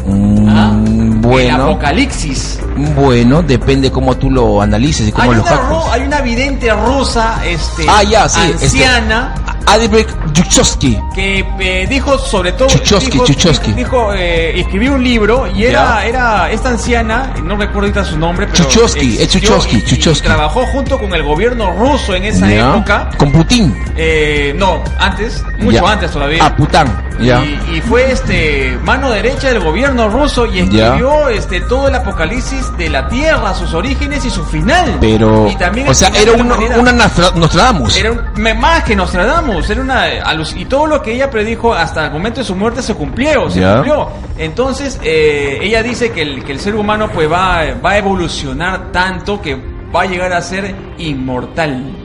Ah,
Mm, bueno. mm,
El apocalipsis.
Bueno, depende cómo tú lo analices y
Hay
cómo lo
una,
calcules.
ru- hay una vidente rusa, este,
Ah, ya, sí. este,
anciana,
Adalbert Yuchowski.
que eh, dijo sobre todo
Chuchowski,
dijo,
Chuchowski.
dijo, eh, escribió un libro y era
Ya.
era esta anciana no recuerdo ahorita su nombre pero
Chuchowski, es
existió
Chuchowski,
y- y
Chuchowski.
trabajó junto con el gobierno ruso en esa
Ya.
época
Con Putin.
eh, no antes mucho
Ya.
antes todavía
Ah, Pután. Ya.
Y, y fue este mano derecha del gobierno ruso y escribió este todo el apocalipsis de la Tierra, sus orígenes y su final.
Pero.
Y también
O
el
sea,
final
era
de la
un-
humanidad.
una Nostra- Nostradamus.
Era un- me- más que Nostradamus, era una aluc- y todo lo que ella predijo hasta el momento de su muerte se cumplió, se
Ya.
cumplió. Entonces, eh, ella dice que el, que el ser humano pues va, va a evolucionar tanto que va a llegar a ser inmortal.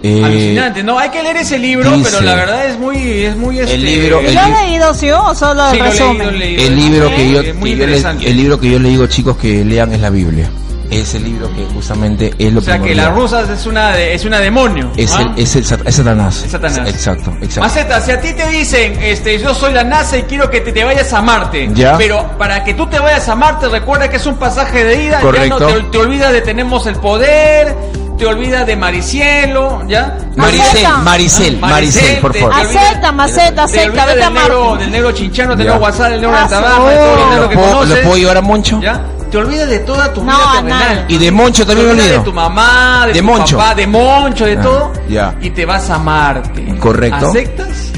Eh,
Alucinante, no, hay que leer ese libro,
dice-
pero la verdad es muy, es muy este,
libro- El
¿Lo has
li-
leído, sí, o solo
Sí,
el
lo he leído,
resumen?
lo he leído.
El libro que yo,
Es muy
que yo le,
interesante.
el libro que yo le digo chicos que lean es la Biblia. Es el libro que justamente es lo
O sea que la
primordial.
rusa es una de- es una demonio.
es
¿ah?
el, es el sat- es Satanás.
Es Satanás.
Exacto, exacto.
Maceta, si a ti te dicen, este, yo soy la NASA y quiero que te, te vayas a Marte,
Ya.
pero para que tú te vayas a Marte, recuerda que es un pasaje de ida, ya
Correcto.
no- te, te olvidas de tenemos el poder, te olvidas de Maricielo, ¿ya?
Maricel,
Acepta.
Maricel,
Ah,
Maricel, por
Maricel,
favor.
te-
Acepta, maceta,
Te
acepta,
olvidas
vete a
del negro,
Marte.
del negro chinchano, del
Ya.
negro guasal, del negro
Ah,
Antabaja,
sí.
de todo el negro
¿Lo
que
puedo,
conoces,
¿Lo puedo llevar a Moncho?
¿ya? Te olvidas de toda tu
No,
vida
a
terrenal.
nadie.
Y de Moncho
Te
también lo
olvidas
leo.
de tu mamá, de,
De
tu
Moncho.
papá, de Moncho, de
Ah,
todo.
ya.
Y te vas a Marte.
Correcto.
¿Aceptas?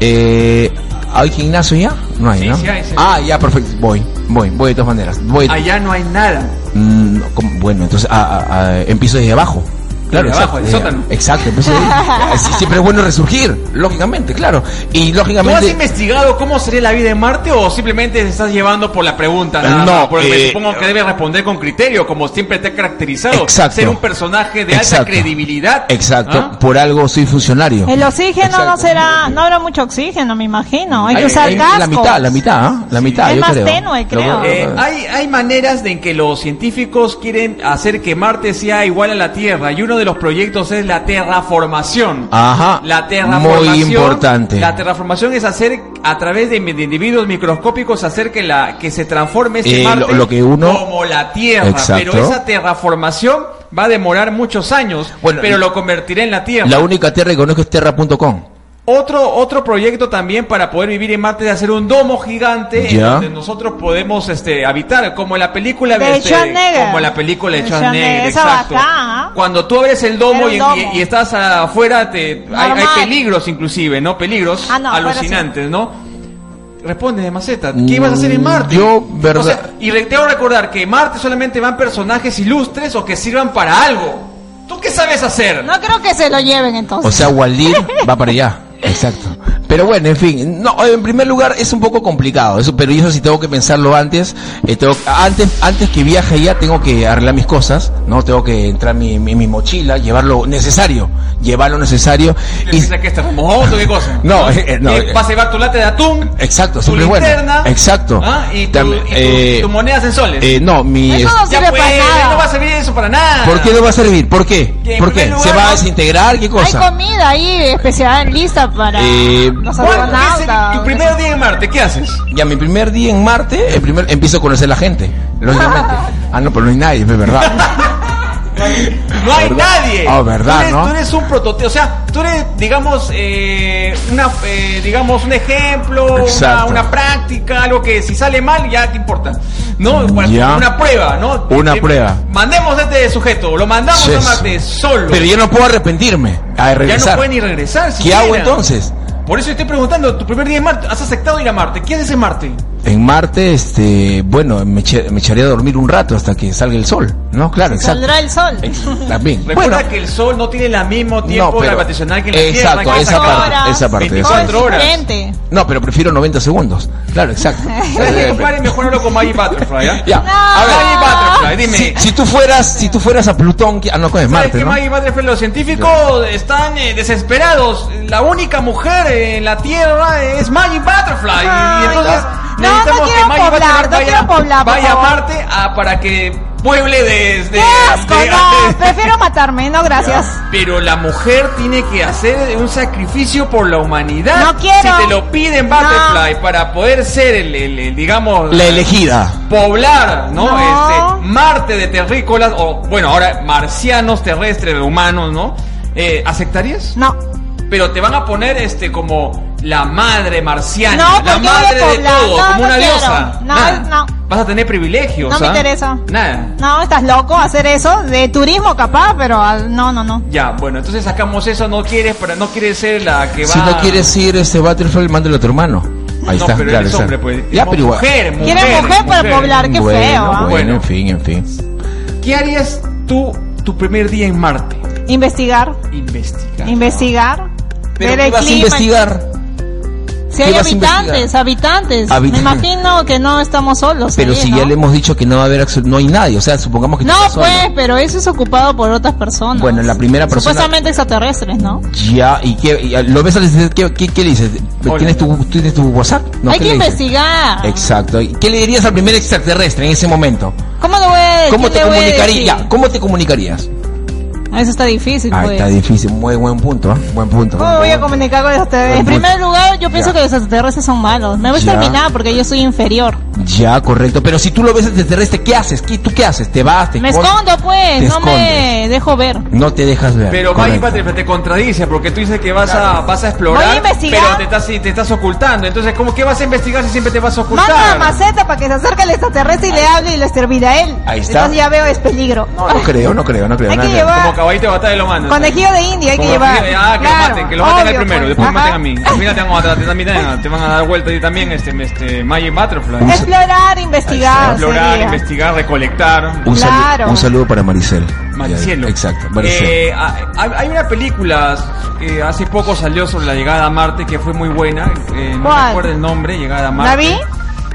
Eh, ¿Hay gimnasio ya? No hay,
Sí,
¿no?
sí hay, sí.
Ah, ya, perfecto. Voy, voy, voy de todas maneras. Voy.
Allá no hay nada.
Mm, no, ¿cómo? bueno, entonces ah, ah, ah, empiezo desde abajo. Claro,
Desde abajo,
exacto,
del
desde-
sótano.
Exacto, empiezo ahí. Sí, Siempre es bueno resurgir, lógicamente, claro. Y
¿Tú has
lógicamente.
investigado cómo sería la vida en Marte o simplemente te estás llevando por la pregunta?
No,
más? porque
eh,
supongo que debes responder con criterio, como siempre te ha caracterizado.
Exacto.
Ser un personaje de alta
Exacto.
credibilidad.
Exacto,
¿Ah?
por algo soy funcionario.
El oxígeno no
Exacto.
será, no habrá mucho oxígeno, me imagino. Hay que
Ahí-
usar
ahí
cascos.
La mitad, la mitad, ¿ah? la mitad,
Es
yo
más
creo.
tenue,
Lo-
creo.
Eh, hay, hay maneras de en que los científicos quieren hacer que Marte sea igual a la Tierra y uno de los proyectos es la terraformación.
Ajá.
La terraformación.
Muy importante.
La terraformación es hacer a través de, de individuos microscópicos hacer que la que se transforme ese
Eh,
Marte
lo- lo que uno-
como la Tierra,
Exacto.
pero esa terraformación va a demorar muchos años,
Bueno,
pero
y-
lo convertirá en la Tierra.
La única tierra que conozco es terra.com.
Otro, otro proyecto también para poder vivir en Marte es hacer un domo gigante en
Ya.
donde nosotros podemos este, habitar, como en la película
De
este,
Schwarzenegger.
Como en la película de
De
Schwarzenegger,
Schwarzenegger, esa
exacto.
bacán, ¿ah?
Cuando tú abres el domo,
Era un
y,
domo.
y- y estás afuera, te, hay, hay
Normal.
peligros inclusive, ¿no? Peligros
Ah, no, afuera
alucinantes, ¿no? Responde de maceta,
Mm,
¿qué ibas a hacer en Marte?
yo,
O
verdad-
sea, y re- te voy a recordar que en Marte solamente van personajes ilustres o que sirvan para algo. ¿Tú qué sabes hacer?
No creo que se lo lleven entonces.
O sea, Waldir va para allá. Exacto. Pero bueno, en fin, no, en primer lugar es un poco complicado, eso, pero yo eso sí tengo que pensarlo antes, eh, tengo- antes, antes que viaje allá tengo que arreglar mis cosas, no, tengo que entrar mi, mi, mi mochila, llevar lo necesario, llevar lo necesario
¿Le
y
piensas que este remoto, qué cosa?
No, eh, eh, no,
Y Vas a llevar tu lata de atún.
Exacto,
tu
siempre bueno.
linterna.
Exacto.
¿ah? Y, tu,
Tam-
y tu-
eh,
tu monedas en soles.
eh, no, mi
Eso no
Ya
sirve
pues,
para nada.
no va a servir eso para nada.
¿Por qué no va a servir? ¿Por qué?
Que en
¿Por qué?
primer
¿Se
lugar,
va
¿no?
a desintegrar? ¿Qué
Hay
cosa?
comida ahí especial lista para
Eh,
los
¿Cuándo es el-
astronautas.
tu primer día en Marte, ¿qué haces?
Ya mi primer día en Marte, el primer empiezo a conocer la gente, lógicamente. Ah, no, pero no hay nadie, es verdad.
No hay
¿Verdad?
nadie.
Ah, ¿verdad,
Tú eres,
no?
tú eres un prototipo, o sea, tú eres, digamos, eh, una, eh, digamos, un ejemplo, una,
Exacto.
una práctica, algo que si sale mal ya te importa, ¿no? Bueno,
Ya.
Una prueba, ¿no? Eh,
Una prueba.
Mandemos a este sujeto, lo mandamos
Sí,
a
sí.
Marte solo.
Pero yo no puedo arrepentirme a
ya no
regresar.
puede ni regresar.
¿Qué
siquiera.
hago entonces?
Por eso estoy preguntando, tu primer día en Marte, ¿has aceptado ir a Marte? ¿Qué haces en Marte?
En Marte, este, bueno, me, eche- me echaré a dormir un rato hasta que salga el sol, ¿no? Claro, exacto.
Saldrá el sol.
También.
Recuerda
Bueno,
que el Sol no tiene el mismo tiempo
pero-
gravitacional que la Tierra.
exacto,
que
esa
acá.
parte, esa parte,
24
exacto.
horas.
Gente.
No, pero prefiero 90 segundos. Claro, exacto.
¿Sabes qué, compadre? Mejoralo con Magic Butterfly, ¿ah?
Ya, a ver.
Magic Butterfly, dime.
Si, si tú fueras, si tú fueras a Plutón, que- ah, no, es
¿Sabes qué,
Marte, ¿no?
Maggie Butterfly? Los científicos están eh, desesperados. La única mujer en la Tierra es Maggie Butterfly.
Ay,
y entonces
no. No,
necesitamos
no
que
quiero
Maggie
poblar,
Butterfly
no
vaya,
quiero poblar, por
vaya a
favor.
Marte a- para que pueble desde...
¡Qué asco!
de-
No, prefiero matarme, no gracias.
Pero la mujer tiene que hacer un sacrificio por la humanidad.
No quiero.
Si te lo piden Butterfly para poder ser el, el- el, digamos,
La elegida.
poblar, ¿no?
No.
Este, Marte de terrícolas, o bueno, ahora marcianos, terrestres, humanos, ¿no? Eh, ¿Aceptarías?
No.
Pero te van a poner este como la madre marciana, la
No, ¿por qué voy a
madre de
poblar?
todo,
No,
como
no
una
quiero.
diosa.
No,
Nada.
no.
Vas a tener privilegios.
No me
¿ah?
interesa.
Nada.
No, estás loco hacer eso. De turismo capaz, pero ah, no, no, no.
Ya, bueno, entonces sacamos eso, no quieres, pero no quieres ser la que va
Si no quieres ir este Butterfly, mándalo a tu hermano. Ahí
no, pero
está, claro.
eres
exacto.
hombre, pues.
Ya, pero igual.
Mujer, mujer.
Quiere mujer para poblar, qué
bueno,
feo. ¿ah?
bueno,
Bueno.
en fin, en fin.
¿Qué harías tú tu primer día en Marte?
Investigar,
Investigar.
investigar,
Pero
ver
¿qué
el
vas a
clima.
investigar?
Si
¿Qué
hay
vas a
habitantes,
investigar?
habitantes.
Habit-
Me imagino que no estamos solos.
Pero
ahí,
si
¿no?
ya le hemos dicho que no va a haber absol- no hay nadie, o sea, supongamos que tú
No,
estás solo.
pues, pero eso es ocupado por otras personas.
Bueno, la primera persona-
Supuestamente extraterrestres, ¿no?
Ya, y qué y, ah, lo ves al qué, qué, qué le dices?
Hola.
¿Tienes tu tienes tu WhatsApp? No,
hay
¿qué
que
le dices?
investigar.
Exacto. ¿Y ¿Qué le dirías al primer extraterrestre en ese momento?
¿Cómo lo voy a decir?
¿Cómo
¿Qué
te
le voy a
comunicarías? Ya,
decir?
¿Cómo te comunicarías?
Ah, Eso está difícil,
Ah,
pues.
está difícil, muy buen punto, ¿ah? buen punto.
¿Cómo voy a comunicar con
En
ustedes?
primer lugar, yo pienso
Pues, Ya.
que los extraterrestres son malos. Me voy a
Ya.
exterminar porque yo soy inferior.
Ya, correcto. Pero si tú lo ves extraterrestre, ¿qué haces? ¿Qué, ¿Tú qué haces? ¿Te vas? Te
Me
escondes?
escondo, pues.
Te
No me
escondes.
dejo ver.
No te dejas ver.
Pero Maggie
correcto.
Butterfly te contradice porque tú dices que vas a vas a explorar,
Voy a investigar.
pero te estás te estás ocultando. Entonces, ¿cómo que vas a investigar si siempre te vas a ocultar?
Manda a Maceta para que se acerque al extraterrestre y le hable y le servirá a él.
Ahí está.
Entonces ya veo, es peligro.
No, no creo, no creo, no creo.
Hay
no
que
creo.
llevar-
Como caballito de batalla lo mandas.
Conejillo de India hay que
Como-
llevar.
Ah, que
Claro,
lo maten, que lo maten al
obvio,
primero,
pues.
después
Ajá.
maten a mí. Al final te van a matar, a ti también te van a- te van a dar vuelta y también este este Magic Butterfly.
Explorar, investigar.
Explorar,
Ah, sería.
investigar, recolectar.
Un, salu-
Claro.
un saludo para Maricel.
Maricielo.
Ya, Exacto, Maricel.
Eh, ha- hay, hay una película que hace poco salió sobre la llegada a Marte que fue muy buena. eh, no
¿Cuál?
recuerdo el nombre, llegada a Marte.
¿La vi?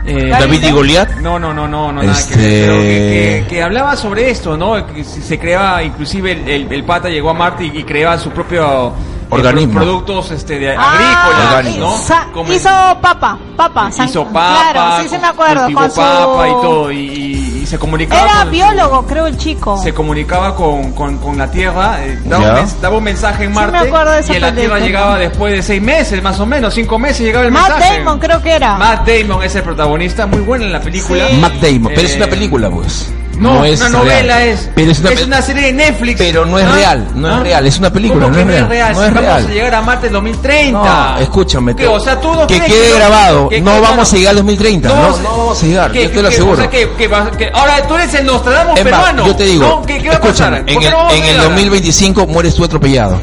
Eh,
¿La
David
viste?
y Goliat.
No, no, no, no, no, nada
Este-
que ver. pero que, que- que hablaba sobre esto, ¿no? Que si se creaba, inclusive el, el- el pata llegó a Marte y, y creaba su propio eh,
Organismo.
pro- productos este, de
Ah,
agrícolas,
Orgánico.
¿no?
sa-
Como-
hizo papa, papa. san-
hizo papa,
Claro, sí, sí me acuerdo.
cultivó
con su-
papa y todo, y, y- y se comunicaba.
Era
con su-
biólogo, creo, el chico.
se comunicaba con, con, con la Tierra, eh, daba,
Ya.
un mes- daba un mensaje en
Sí,
Marte
me acuerdo de esa
y en la
película.
Tierra llegaba después de seis meses, más o menos, cinco meses llegaba el
Matt
mensaje.
Damon creo que era.
Matt Damon es el protagonista, muy buena en la película.
Sí.
Matt Damon. Pero es
Eh,
una película, pues.
No,
es
una novela
real.
es.
Pero es una, pe-
serie de Netflix. ¿Ah?
Pero no es real, no es real, es una película,
¿Cómo
no
que
es real, no
Si
es
Vamos
real.
a llegar a Marte en 2030.
No, escúchame.
¿Qué? O sea, tú no
que
crees
quede
no-
grabado.
que-
no
que-
vamos a llegar al 2030. No,
se-
no vamos a llegar.
que-
yo te lo
que-
aseguro.
O sea, que, que vas- que- ahora tú eres el Nostradamus
Es más,
peruano.
yo te digo,
¿no? ¿Qué, qué va a pasar?
escúchame,
¿Por
en
qué
el,
no vamos a
en el
llegar?
2025 mueres tú atropellado.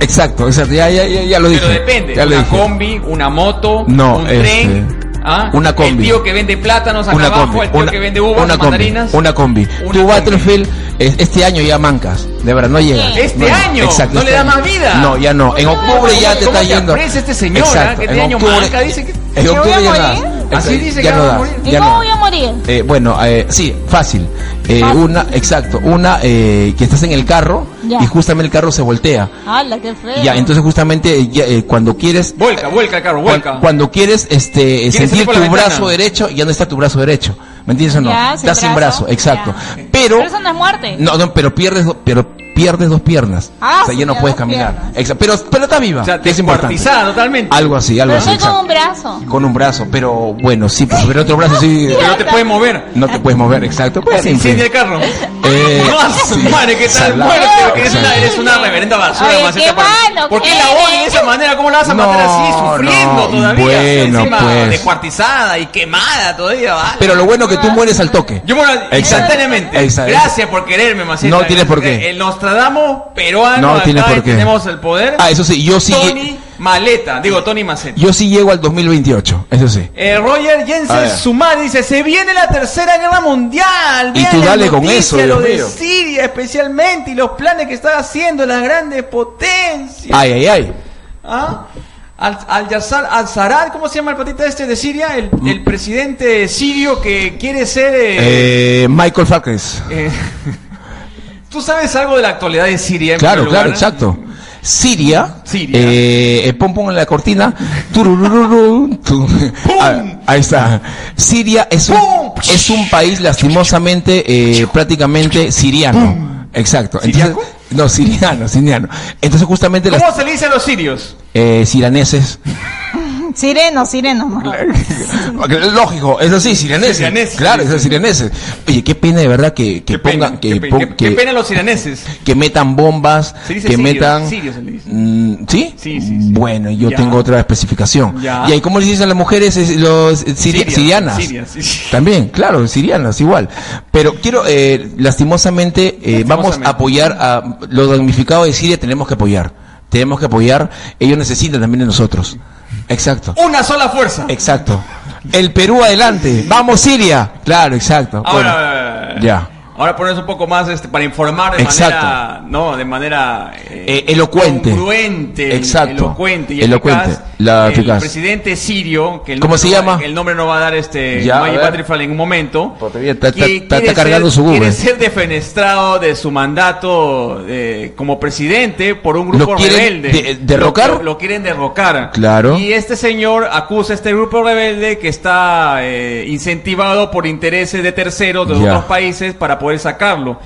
Exacto, exacto, ya, ya, ya, ya lo dije.
Pero depende.
ya lo
Una
dije.
combi, una moto,
No,
un
este,
tren. ¿ah?
Una combi.
El tío que vende plátanos acá
una
abajo,
combi,
el tío
una,
que vende uvas,
una combi,
mandarinas.
una combi.
Una
tu
combi.
Battlefield es- este año ya mancas, de verdad no llega.
Este
No llega.
año,
Exacto,
no
este
le da
año.
más vida.
No, ya no. En
¿Cómo-
octubre ya te
cómo
está yendo.
aprecia este señor, ah? Que este
en
año
octubre-
manca, dice que-
en
¿Que voy a
octubre ya
morir?
nada.
Así
Exacto,
dice
ya
que
no
va a
da,
morir.
¿Y
ya
cómo
no da.
voy a morir?
Eh, bueno, eh, sí, fácil. Eh,
Fácil.
Una, exacto, una eh, que estás en el carro
Ya.
y justamente el carro se voltea.
¡Hala, qué feo!
Ya, entonces justamente eh, ya, eh, cuando quieres
Vuelca, vuelca el carro,
Cuan-
vuelca.
Cuando, quieres este sentir
salir por
tu
la ventana.
brazo derecho, ya no está tu brazo derecho. ¿Me entiendes o no?
Ya, sin
Estás sin brazo,
brazo,
exacto.
ya.
Pero,
Pero eso no es muerte.
no, no, pero pierdes do- pero pierdes dos piernas.
Ah,
o sea,
sí,
ya no
ya
puedes
dos
caminar.
piernas.
Exacto. Pero pero está viva.
O sea,
que es importante.
descuartizada totalmente.
Algo así, algo
Pero
así.
soy con
exacto.
un brazo.
Con un brazo, pero bueno, sí, pues, pero otro brazo sí
Pero no te puedes momover.
no te puedes mover, exacto. Pues
Así
simple.
incendia el carro.
Eh,
no, a su
sí,
madre, qué tal
salado.
muerte. porque Es una,
Exacto.
es una reverenda basura.
Oye,
de maceta
qué
para-
malo
¿Por qué
que
la odian de
eres.
esa manera? ¿Cómo la vas a matar así,
No,
sufriendo
no,
todavía? O sea,
bueno,
encima
pues.
descuartizada y quemada todavía. ¿vale?
Pero lo bueno que tú mueres al toque.
Yo muero
Exacto.
instantáneamente.
Exacto.
Gracias por quererme, Maceta.
No tiene por qué.
El Nostradamus peruano.
No
acá
tiene por qué.
Tenemos el poder.
Ah, eso sí, yo sí
Tony Maleta. Digo, Tony Maceta.
yo sí llego al 2028, eso sí.
Eh, Roger
Ah,
Jensen
ya.
Sumar dice, se viene la tercera guerra mundial.
Y
Vean
tú
las
dale con
noticias,
eso, Dios
Lo de
mío.
Siria especialmente y los planes que están haciendo las grandes potencias.
Ay, ay, ay.
¿Ah? Al, al Yassar al-Sarraj, ¿cómo se llama el patita este de Siria? El,
Mm.
el presidente sirio que quiere ser... eh,
Eh, Michael Falkes.
eh, ¿Tú sabes algo de la actualidad de Siria? en
Claro,
primer lugar?
claro, exacto. Siria.
Siria.
Eh, eh, pon, pon en la cortina. Tururururú, tu- Ah, ahí está. Siria es un,
¡Pum!
es un país lastimosamente eh, prácticamente siriano. Exacto. Entonces,
¿Siriaco?
no, siriano, siriano. Entonces justamente las
¿Cómo se le dice a los sirios?
eh, siraneses.
Sireno, sireno.
Lógico, eso sí, siraneses.
Sirianeses,
claro,
sí,
eso es siraneses. Oye, qué pena de verdad que, que
Qué
pongan,
pena,
que,
qué pena,
pon-
qué- qué
que-
pena los siraneses.
que metan bombas,
Se dice
que
sirio,
metan...
sirio se le dice.
Mm, ¿Sí?
Sí, sí, sí.
Bueno, yo
Ya.
tengo otra especificación.
Ya.
Y ahí, ¿cómo les dicen a las mujeres es- los, eh, siri-
Sirias,
sirianas?
sirias, sí, sí.
También, claro, sirianas, igual. Pero quiero, eh, lastimosamente, eh, vamos
Lastimosamente.
a apoyar a los damnificados de Siria, tenemos que apoyar. Tenemos que apoyar, ellos necesitan también de nosotros. Exacto,
Una sola fuerza.
Eh, exacto. El Perú adelante, vamos Siria. Claro, exacto. Bueno,
Ahora, eh,
ya.
Ahora pones un poco más este, para informar de
Exacto.
manera, no, de manera eh,
Eh, elocuente.
congruente,
Exacto.
elocuente y
Elocuente,
eficaz.
la
el
eficaz.
presidente sirio, que el
¿Cómo
nombre
se
no va-
llama?
el nombre no va a dar este
Ya, a
Maggie
ver.
Patrifal en un momento.
Porque ya está- está-
que
está- está
quiere
cargando
ser-
su Google.
Quiere ser defenestrado de su mandato eh, como presidente por un grupo
¿Lo quieren
rebelde.
de- derrocar?
Lo, lo- lo quieren derrocar.
Claro.
Y este señor acusa a este grupo rebelde que está eh, incentivado por intereses de terceros de
Ya.
otros países para poder sacarlo.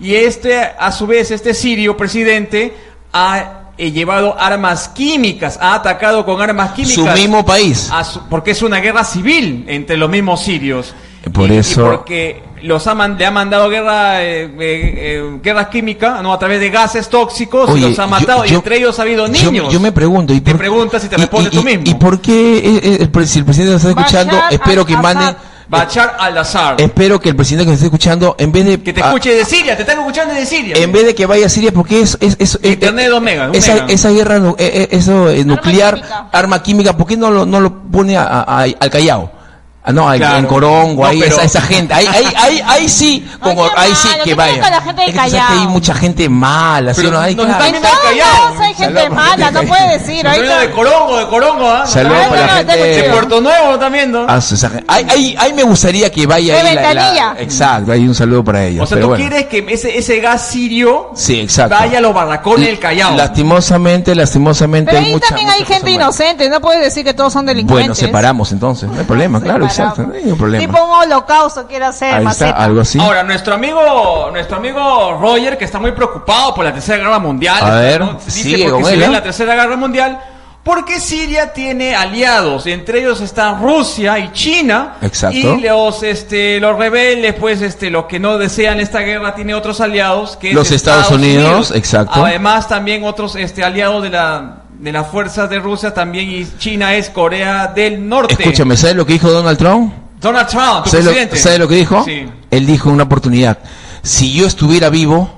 Y este, a su vez, este sirio presidente ha eh, llevado armas químicas, ha atacado con armas químicas.
su mismo país.
a su- porque es una guerra civil entre los mismos sirios.
Eh, Por
Y- y
eso-
porque los ha man- le ha mandado guerra, eh, eh, eh, guerra química, ¿no? A través de gases tóxicos, y
Oye,
los ha matado. y
yo-
entre ellos ha habido
yo-
niños.
Yo, me pregunto. ¿y
Te preguntas y te respondes
y-
tú mismo.
¿Y por qué eh, eh, el, pre- si el presidente nos está escuchando?
Bashar
espero que
al-Assad.
mande.
Bachar al-Azhar.
eh, Espero que el presidente que nos esté escuchando, en vez de.
Que te
ah,
escuche de Siria, te están escuchando de Siria.
en vez de que vaya a Siria, porque es. es, es- eh,
Internet
eh,
dos megas, un
Esa,
mega.
esa guerra nu- eh, eh, eso, eh, nuclear,
química.
arma química, ¿por qué no lo, no lo pone a- a- a- al Callao? Ah, no, al-
Claro.
en Corongo,
No,
ahí,
pero-
esa, esa gente. Ahí, ahí, ahí, ahí sí,
Oye,
como, ahí sí
mano,
que
¿qué pasa
vaya.
con la gente del
Es que tú sabes que
Callao?
hay mucha gente mala, ¿sí o
Pero
no? Ahí,
nos
claro.
están
En
viendo-
todos lados hay gente
Saludos.
mala, no puede decir.
Nos viendo
ahorita-
de Corongo, de Corongo, ¿ah?
Saludos
Nos están
para la
viendo de-
gente-
De Puerto Nuevo, ¿no están viendo?
Ah, su- esa gente- Ahí, ahí, ahí me gustaría que vaya
De
ahí
ventanilla.
Exacto, hay un saludo para ella.
o sea,
pero
tú
bueno.
quieres que ese, ese gas sirio
Sí, exacto.
vaya a los barracones del Callao.
Lastimosamente, lastimosamente
Pero
hay
ahí
mucha-
también hay
mucha
gente
cosa mala.
inocente, no puedes decir que todos son delincuentes.
Bueno, separamos entonces, no hay problema, claro, exacto,
Separado.
no hay un problema.
Tipo un holocausto quiere hacer,
ahí está,
Maceta.
algo así.
Ahora, nuestro amigo, nuestro amigo Roger, que está muy preocupado por la Tercera Guerra Mundial.
A ver,
Dice
sigue
porque
con
se
él,
viene
¿eh?
la Tercera Guerra Mundial, porque Siria tiene aliados, y entre ellos están Rusia y China.
Exacto.
Y los, este, los rebeldes, pues, este, los que no desean esta guerra, tiene otros aliados, que es
Los Estados Unidos, exacto.
Además, también otros, este, aliados de la, de las fuerzas de Rusia también, y China es Corea del Norte.
Escúchame, ¿sabes lo que dijo Donald Trump?
Donald Trump, tu
¿Sabes lo,
presidente.
sabes lo que dijo?
Sí.
Él dijo en una oportunidad, si yo estuviera vivo,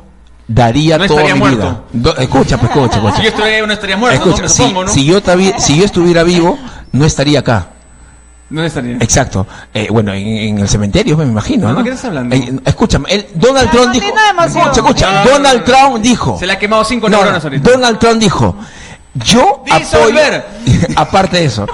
daría
No
toda mi
estaría
vida.
muerto.
Do- escucha, pues, escucha, escucha.
Si yo estuviera ahí, no estaría muerto,
Escucha,
¿no? Me
si,
supongo, ¿no?
si yo tavi- si yo estuviera vivo, no estaría acá.
¿Dónde estaría?
Exacto. Eh, bueno, en, en el cementerio, me imagino.
¿De
¿no?
qué estás hablando?
Eh, escúchame, el- Donald Trump dijo.
maldita emoción.
Escucha, escucha.
Eh.
Donald Trump dijo.
Se le ha quemado cinco
No,
neuronas
no,
ahorita.
Donald Trump dijo. Yo apoyo.
Disolver.
aparte de eso,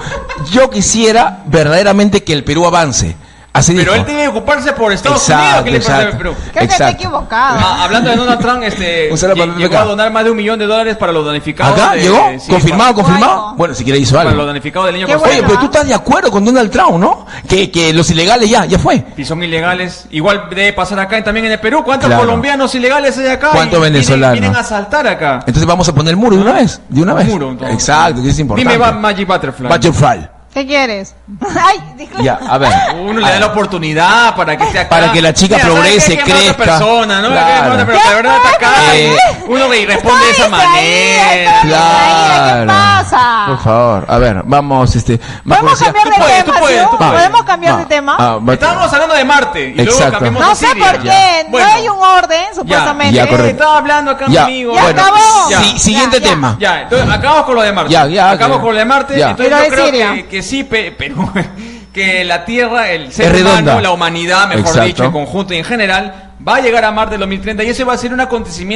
yo quisiera verdaderamente que el Perú avance. Así
Pero
dijo.
él tiene que ocuparse por Estados
Exacto,
Unidos. ¿Qué le pasa
exacto.
al Perú?
Creo que está
Exacto.
equivocado.
Ah, hablando de Donald Trump, este,
Un saludo para
lle- llegó
acá.
a donar más de un millón de dólares para los danificados.
¿Acá?
de-
¿Llegó?
sí,
¿Confirmado?
para-
¿Confirmado?
Algo.
Bueno, si quiere hizo
Para, los
algo.
danificados del niño
Qué
Constante.
Oye,
bueno,
pero tú
¿ah?
estás de acuerdo con Donald Trump, ¿no? Que, que los ilegales ya, ya fue.
Y son ilegales. Igual debe pasar acá y también en el Perú. ¿Cuántos
Claro.
colombianos ilegales hay acá?
¿Cuántos
Y vienen-
venezolanos?
Vienen, a asaltar acá.
Entonces vamos a poner el muro de una vez. De una
Un
vez.
muro, entonces.
Exacto, que es importante.
Dime va Magic Butterfly.
Butterfly.
¿Qué quieres? Ay, disculpa.
Ya, a ver. Ah,
Uno
A
le da
ver.
la oportunidad para que sea acá.
Para que la chica
¿sabes
progrese,
qué? Quema a otra
crezca.
persona, ¿no?
Claro.
Quema a otra, pero la verdad acá.
Eh,
Uno que responde de esa
Está distraída,
manera.
está Ay, ¿qué
Claro.
pasa?
Por favor, a ver, vamos, ah, este.
Podemos cambiar de
Tú puedes,
tema,
tú puedes,
¿sí?
tú puedes.
¿Podemos cambiar de tema?
Estábamos hablando de Marte y luego
Exacto.
cambiamos
no
a
sé
Siria.
por qué,
Bueno. Eh,
no hay un orden, supuestamente.
Ya, correcto.
Estaba hablando acá
Ya,
conmigo.
Ya
bueno,
acabó.
si-
Ya,
siguiente
ya.
tema.
Ya, entonces acabamos con lo de Marte.
Ya, ya,
acabamos
ya.
con lo de Marte.
Ya.
Entonces
Y lo
yo
de
creo
Siria.
que, que sí, pe- pero que la Tierra, el ser
Es
humano,
redonda.
la humanidad, mejor
Exacto.
dicho, en conjunto y en general, va a llegar a Marte en 2030 y ese va a ser un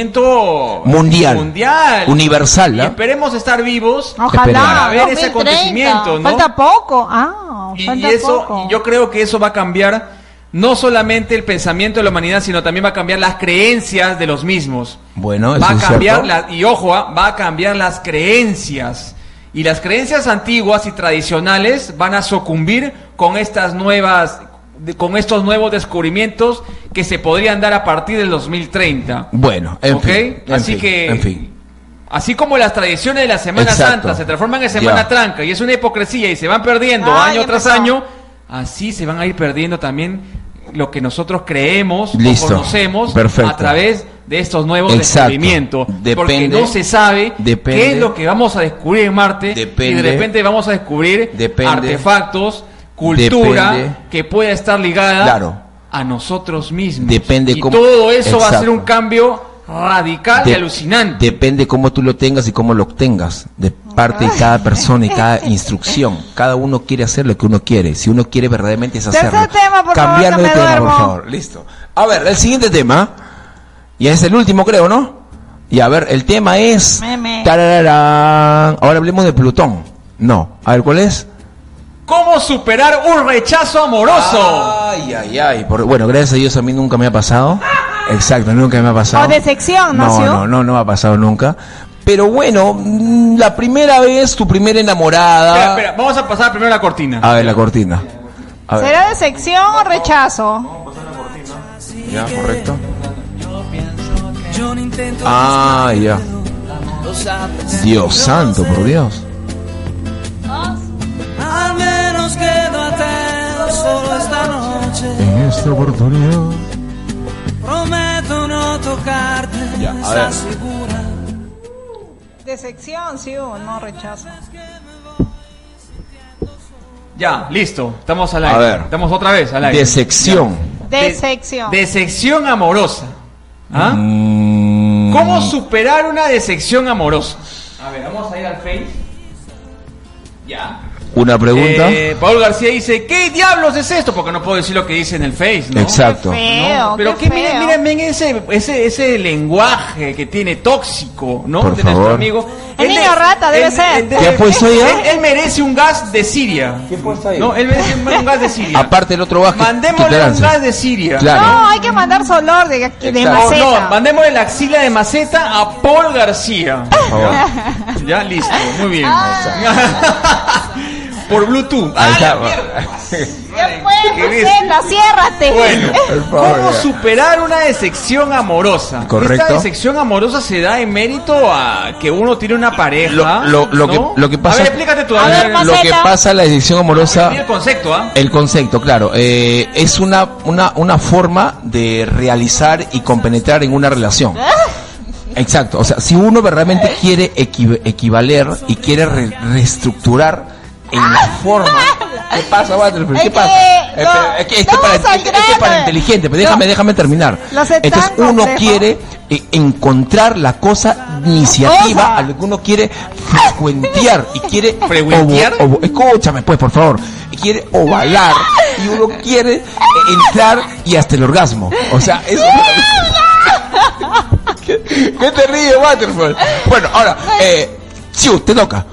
acontecimiento
Mundial.
mundial.
Universal,
Y
¿ah?
esperemos estar vivos.
Ojalá.
Esperemos.
A ver ese acontecimiento, ¿no?
Falta poco. Ah,
Y,
falta
y eso,
poco.
y yo creo que eso va a cambiar no solamente el pensamiento de la humanidad, sino también va a cambiar las creencias de los mismos.
Bueno, eso
va a
es
cambiar
cierto.
las- y ojo, ah, va a cambiar las creencias. Y las creencias antiguas y tradicionales van a sucumbir con estas nuevas de- con estos nuevos descubrimientos que se podrían dar a partir del 2030.
Bueno, en
¿Ok?
fin. en
Así
fin,
que-
En fin.
Así como las tradiciones de la Semana
Exacto.
Santa se transforman en Semana
Ya.
Tranca y es una hipocresía y se van perdiendo
Ah,
año
ya
tras
empezó.
año, así se van a ir perdiendo también lo que nosotros creemos
Listo.
o conocemos
Perfecto.
a través de estos nuevos
Exacto.
descubrimientos. porque
Depende-
no se sabe
depende-
qué es lo que vamos a descubrir en Marte y
Depende-
de repente vamos a descubrir
Depende-
artefactos, cultura
Depende-
que pueda estar ligada
Claro.
a nosotros mismos.
Depende
y
cómo-
todo eso va a ser
Exacto.
un cambio radical y
De-
alucinante.
Depende cómo tú lo tengas y cómo lo obtengas. De parte de cada persona y cada instrucción. Cada uno quiere hacer lo que uno quiere. Si uno quiere verdaderamente es
Tercer
hacerlo.
tema, por favor,
Cambiarlo
que
de
me
tema,
duermo.
por favor. Listo. A ver, el siguiente tema. Y es el último, creo, ¿no? Y a ver, el tema es.
Meme.
Tarararán. Ahora hablemos de Plutón. No. A ver, ¿cuál es?
¿Cómo superar un rechazo amoroso?
Ay, ay, ay. Por- bueno, gracias a Dios a mí nunca me ha pasado. Exacto, nunca me ha pasado.
O decepción, ¿no,
No,
Sio?
no, no, no me ha pasado nunca. Pero bueno, mm, la primera vez, tu primera
Espera,
enamorada.
espera, vamos a pasar primero la cortina.
A ver, la cortina. A ver,
¿Será decepción o rechazo?
ya, correcto.
Yo no intento
Ah, ya.
lo sabes.
Dios santo, por Dios.
Al menos quédate solo esta noche.
En esta oportunidad.
Prometo no tocarte.
Ya, a ver.
¿Estás segura?
Decepción, sí o no rechazo.
Ya, listo. Estamos al
A
aire.
ver.
Estamos otra vez al aire.
Decepción.
Decepción.
Decepción amorosa. ¿Ah?
Mm,
¿Cómo superar una decepción amorosa? A ver, vamos a ir al Face. Ya.
Una pregunta.
Eh, Paul García dice, ¿qué diablos es esto? Porque no puedo decir lo que dice en el Face, ¿no?
Exacto.
Qué feo,
No, pero
qué
que miren,
feo.
miren, ven ese, ese, ese lenguaje que tiene tóxico, ¿no?
Por
de
favor.
nuestro amigo.
El
Él
niño
de-
rata, debe
él-
ser.
él de-
¿Qué ha puesto ahí, ah?
Él, él merece un gas de Siria.
¿Qué ha puesto ahí?
No, él merece un, un gas de Siria.
Aparte el otro gas que- que te
Mandémosle un
lanzas.
gas de Siria.
Claro.
No, hay que mandar solor de, de
Exacto.
O
maceta.
no, mandémosle la axila de maceta a Paul García.
Por favor.
Ya, listo, muy bien.
Ah.
Por Bluetooth.
Ahí
Ah,
está.
la mierda.
Ya fue,
¿Qué ves?
maceta, ciérrate.
Bueno,
Por favor,
¿cómo
ya.
superar una decepción amorosa?
Correcto.
Esta decepción amorosa se da en mérito a que uno tiene una pareja.
Lo- lo- lo
¿no?
que- lo que pasa-
A ver, explícate tú.
A
Daniel,
ver,
lo-
Lo que
Maceta.
pasa en la edición amorosa.
el concepto, ¿ah?
El concepto, claro. eh, es una, una, una forma de realizar y compenetrar en una relación. Exacto. O sea, si uno verdaderamente quiere equi- equivaler y quiere re- reestructurar en la forma. ¿Qué pasa,
Ah,
Butterfield?
Es
¿Qué
que
pasa? Eh, pero es que, es que
no,
para,
vamos al
es que- es que
grano.
para inteligente, pero déjame, déjame terminar.
Los
Entonces
estándares,
uno
¿no?
quiere eh, encontrar la cosa iniciativa, alguno quiere frecuentear y quiere
¿Frecuentear?
ovo- ovo- escúchame pues, por favor, Y quiere ovalar y uno quiere eh, entrar y hasta el orgasmo. O sea, eso ¿Qué, qué te ríes, Waterfall? Bueno, ahora, eh, Chiu, te toca.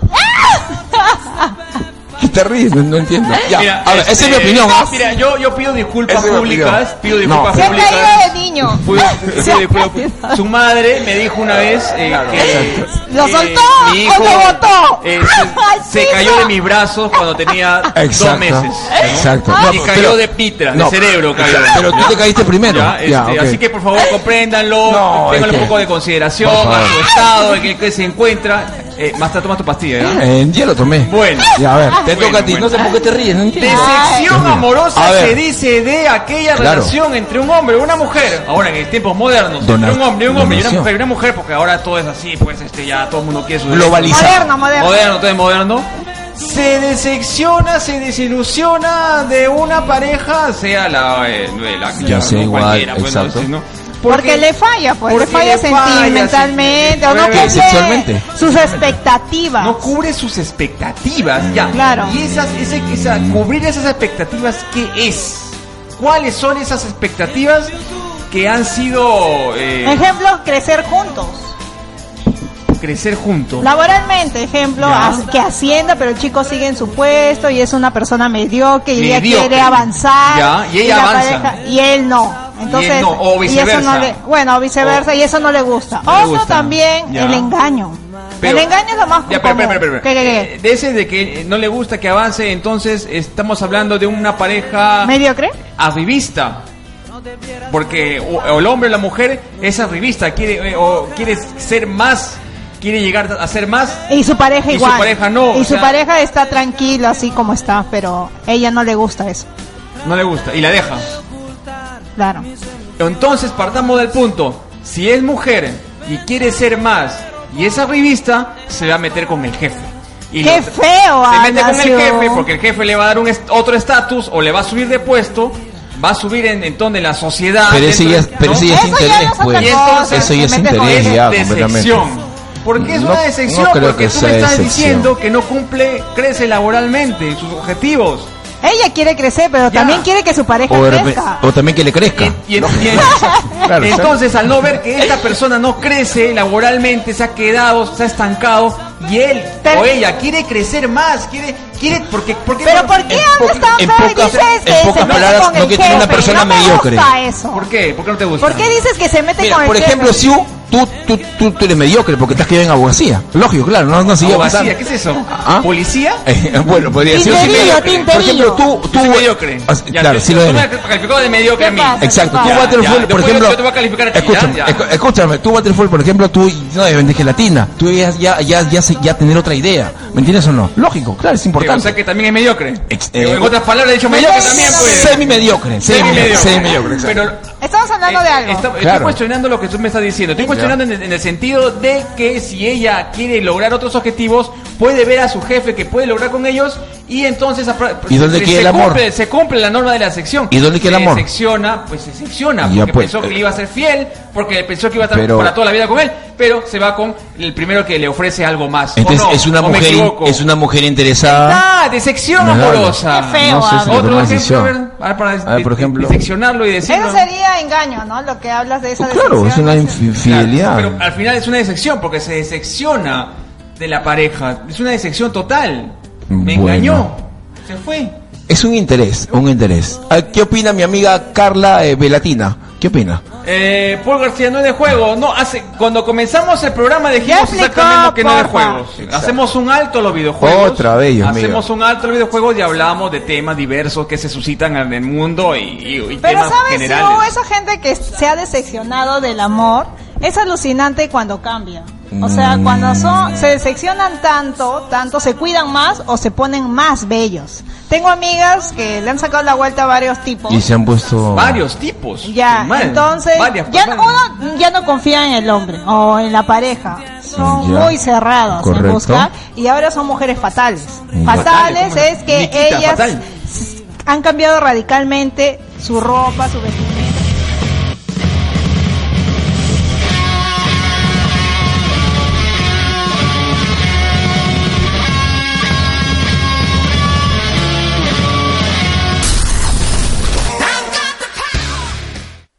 ¿Qué te ríes? No, no entiendo. Ya,
Mira,
a ver, esa
este,
es mi opinión. ¿ah?
Mira, yo, yo pido disculpas
Esa es mi
públicas.
opinión.
Pido disculpas
No.
Siempre
públicas.
ha ido de niño.
Fui- fui de culo- Su madre me dijo una vez eh, que
Lo
que
soltó
mi
o lo botó.
eh,
Al
se, se
piso.
cayó de mis brazos cuando tenía dos meses.
Exacto.
y
pero-
cayó de pitra,
no,
de cerebro cayó.
exacto, Pero tú te caíste primero.
Ya, este,
Ya, ok.
Así que por favor compréndanlo,
No,
tengan
es
un
que-
poco de consideración
por favor.
a su estado, en el que se encuentra. Eh, más tarde tomas tu pastilla, ¿ya?
Eh, ya lo tomé.
Bueno.
Ya, a ver. Te
Bueno,
toca a ti.
bueno.
No sé por qué te ríes. No entiendo.
Decepción
Ay. A
amorosa
ver.
se dice de aquella
Claro.
relación entre un hombre y una mujer. Ahora en tiempos modernos,
Dona-
entre un hombre, y un hombre y una
donación.
mujer y una mujer, porque ahora todo es así, pues este ya todo el mundo quiere su
Globalizar.
Moderno, moderno.
Moderno, todo es moderno. Se decepciona, se desilusiona de una pareja, sea la, eh, la-
Ya
la-
sea
no,
igual,
cualquiera, bueno,
exacto.
sí, ¿no?
Porque le falla, pues.
porque
le falla
le falla
sentimentalmente. o no
sentimentalmente.
cumple
Sexualmente.
sus expectativas.
no cubre sus expectativas ya
Claro.
y esas ese, esa- cubrir esas expectativas qué es cuáles son esas expectativas que han sido eh,
Ejemplo, crecer juntos.
crecer juntos
Laboralmente, ejemplo,
Ya.
as- que Hacienda, pero el chico sigue en su puesto y es una persona mediocre y ella
Mediocre.
quiere avanzar.
Ya, y ella
la
avanza.
y él no. Entonces,
no, o
y eso
viceversa.
no le- bueno, o viceversa, y eso no le gusta.
No le
Otro
gusta.
también,
Ya.
el engaño.
Pero-
el engaño es lo más
ya, pero,
común.
pero, pero, pero,
¿Qué, qué, qué?
eh, de ese de que eh, no le gusta que avance entonces estamos hablando de una pareja
¿Mediocre?
arribista. Porque o, o el hombre o la mujer es arribista, quiere, eh, o quiere ser más, quiere llegar a ser más.
Y su pareja
Y su
igual.
pareja no,
Y
o
su
sea-
pareja está tranquila así como está, pero ella no le gusta eso.
No le gusta y la deja.
Claro.
Entonces partamos del punto, si es mujer y quiere ser más y es arribista, se va a meter con el jefe. Y
¡Qué
lo-
feo,
Se mete con el
Ignacio!
jefe porque el jefe le va a dar un est- otro estatus o le va a subir de puesto, va a subir en entonces en la sociedad.
Pero ese
dentro
ya,
de-
pero
¿no?
ese ya es
Eso ya
interés,
es otra
pues.
Y entonces-
Eso ya es
Te metes con
interés,
es
ya, completamente.
decepción. Porque es
No-
una decepción,
no creo
porque
que
tú
sea
me estás
decepción.
diciendo que no cumple, crece laboralmente sus objetivos.
Ella quiere crecer, pero
Ya.
también quiere que su pareja
O, de repente-
crezca.
o también que le crezca.
Y, en- y en-
Claro,
entonces, al no ver que esta persona no crece laboralmente, se ha quedado, se ha estancado, y él
Pero-
o ella quiere crecer más, quiere, quiere, porque, porque
Pero ¿por qué
En
andas
poca-
tan
en
feo y
pocas-
dices que
en
se
pocas
mete
palabras,
con el
no que tiene una
jefe?
persona
no me
mediocre.
gusta eso.
¿Por qué? ¿Por qué no te gusta?
¿Por qué dices que se mete
Mira,
con el
por
jefe?
ejemplo, si tú, tú, tú, tú, tú eres mediocre porque estás quedado en abogacía. Lógico, claro, no, no siguió
Abogacía,
avanzando.
¿Qué es eso?
¿Ah?
¿Policía?
Eh, bueno, podría ser. Yo
Tinterillo,
soy mediocre. Por ejemplo,
tinterillo.
tú,
Yo
tú,
soy mediocre.
Ah, sí,
Ya,
Claro,
te-
sí lo
tú me
eres.
has calificado de mediocre a mí.
pasa?
Exacto,
Ya,
tú
ya,
Waterfall, por
Después yo-
ejemplo,
yo te voy a calificar a ti, ya,
escúchame,
ya.
escu- escúchame, tú Waterfall, por ejemplo, tú no debes de gelatina, tú debes ya ya ya se- ya tener otra idea, ¿me entiendes o no? Lógico, claro, es
O
importante.
sea que también es mediocre.
Ex- eh,
en otras palabras, he dicho mediocre también, pues.
Semi mediocre, semi mediocre, semi mediocre.
Pero
Estamos hablando de
Eh,
algo.
está- Estoy
Claro.
cuestionando lo que tú me estás diciendo. Estoy cuestionando en el, en el sentido de que si ella quiere lograr otros objetivos, puede ver a su jefe que puede lograr con ellos y entonces apro-
¿Y dónde
se,
queda el amor?
Cumple, se cumple la norma de la sección.
¿Y dónde queda el amor?
Se secciona, pues se secciona
Ya,
porque
pues,
pensó que
eh.
iba a ser fiel, porque pensó que iba a estar
Pero-
para toda la vida con él, pero se va con el primero que le ofrece algo más. ¿o
Entonces
no?
es una
¿O me
mujer in-
equivoco?
es una mujer interesada.
Ah, de sección
Claro.
amorosa.
Qué feo,
No sé si
a
lo
ver.
Otro
tomas
ejemplo, a
decisión.
ver, a ver, para
A ver, por
de-
ejemplo.
diseccionarlo y decirlo.
Eso sería engaño, ¿no? Lo que hablas de esa
Pues Claro, es
decepción,
una
ese-
Claro,
infidelidad.
Pero al final es una decepción porque se decepciona de la pareja. Es una decepción total. Me
Bueno.
engañó. Se fue.
Es un interés, un interés. Ah, ¿Qué opina mi amiga Carla eh, Velatina? ¿Qué opina?
Eh, Paul García no es de juego. No, hace, cuando comenzamos el programa
Ya
dijimos
explicó,
exactamente que no es de
porfa.
juegos. Hacemos un alto a los videojuegos.
Otra vez, Dios mío.
Hacemos un alto a los videojuegos y hablamos de temas diversos que se suscitan en el mundo y, y- y
Pero
temas
sabes,
generales.
no, esa gente que se ha decepcionado del amor es alucinante cuando cambia. O sea,
Mm.
cuando son, se decepcionan tanto, tanto se cuidan más o se ponen más bellos. Tengo amigas que le han sacado la vuelta a varios tipos.
Y se han puesto
Varios tipos.
Ya,
Mal.
entonces
Varias
ya no-
formas.
uno ya no confía en el hombre o en la pareja. Son
Ya.
muy cerradas
Correcto.
en buscar y ahora son mujeres fatales.
Mm.
Fatales
Fatales, ¿cómo no?
es que
Nikita,
ellas
fatal.
han cambiado radicalmente su ropa, su vestimenta.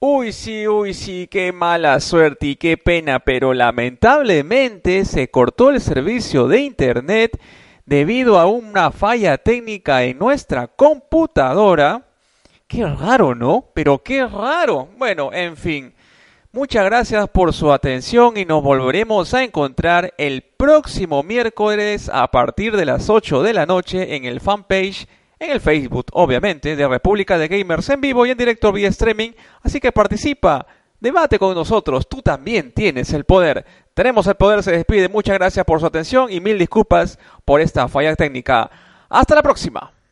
Uy, sí, uy, sí, qué mala suerte y qué pena, pero lamentablemente se cortó el servicio de Internet debido a una falla técnica en nuestra computadora. Qué raro, ¿no? Pero qué raro. Bueno, en fin. Muchas gracias por su atención y nos volveremos a encontrar el próximo miércoles a partir de las 8 de la noche en el fanpage, en el Facebook, obviamente, de República de Gamers en vivo y en directo vía streaming. Así que participa, debate con nosotros, tú también tienes el poder. Tenemos el poder, se despide. Muchas gracias por su atención y mil disculpas por esta falla técnica. Hasta la próxima.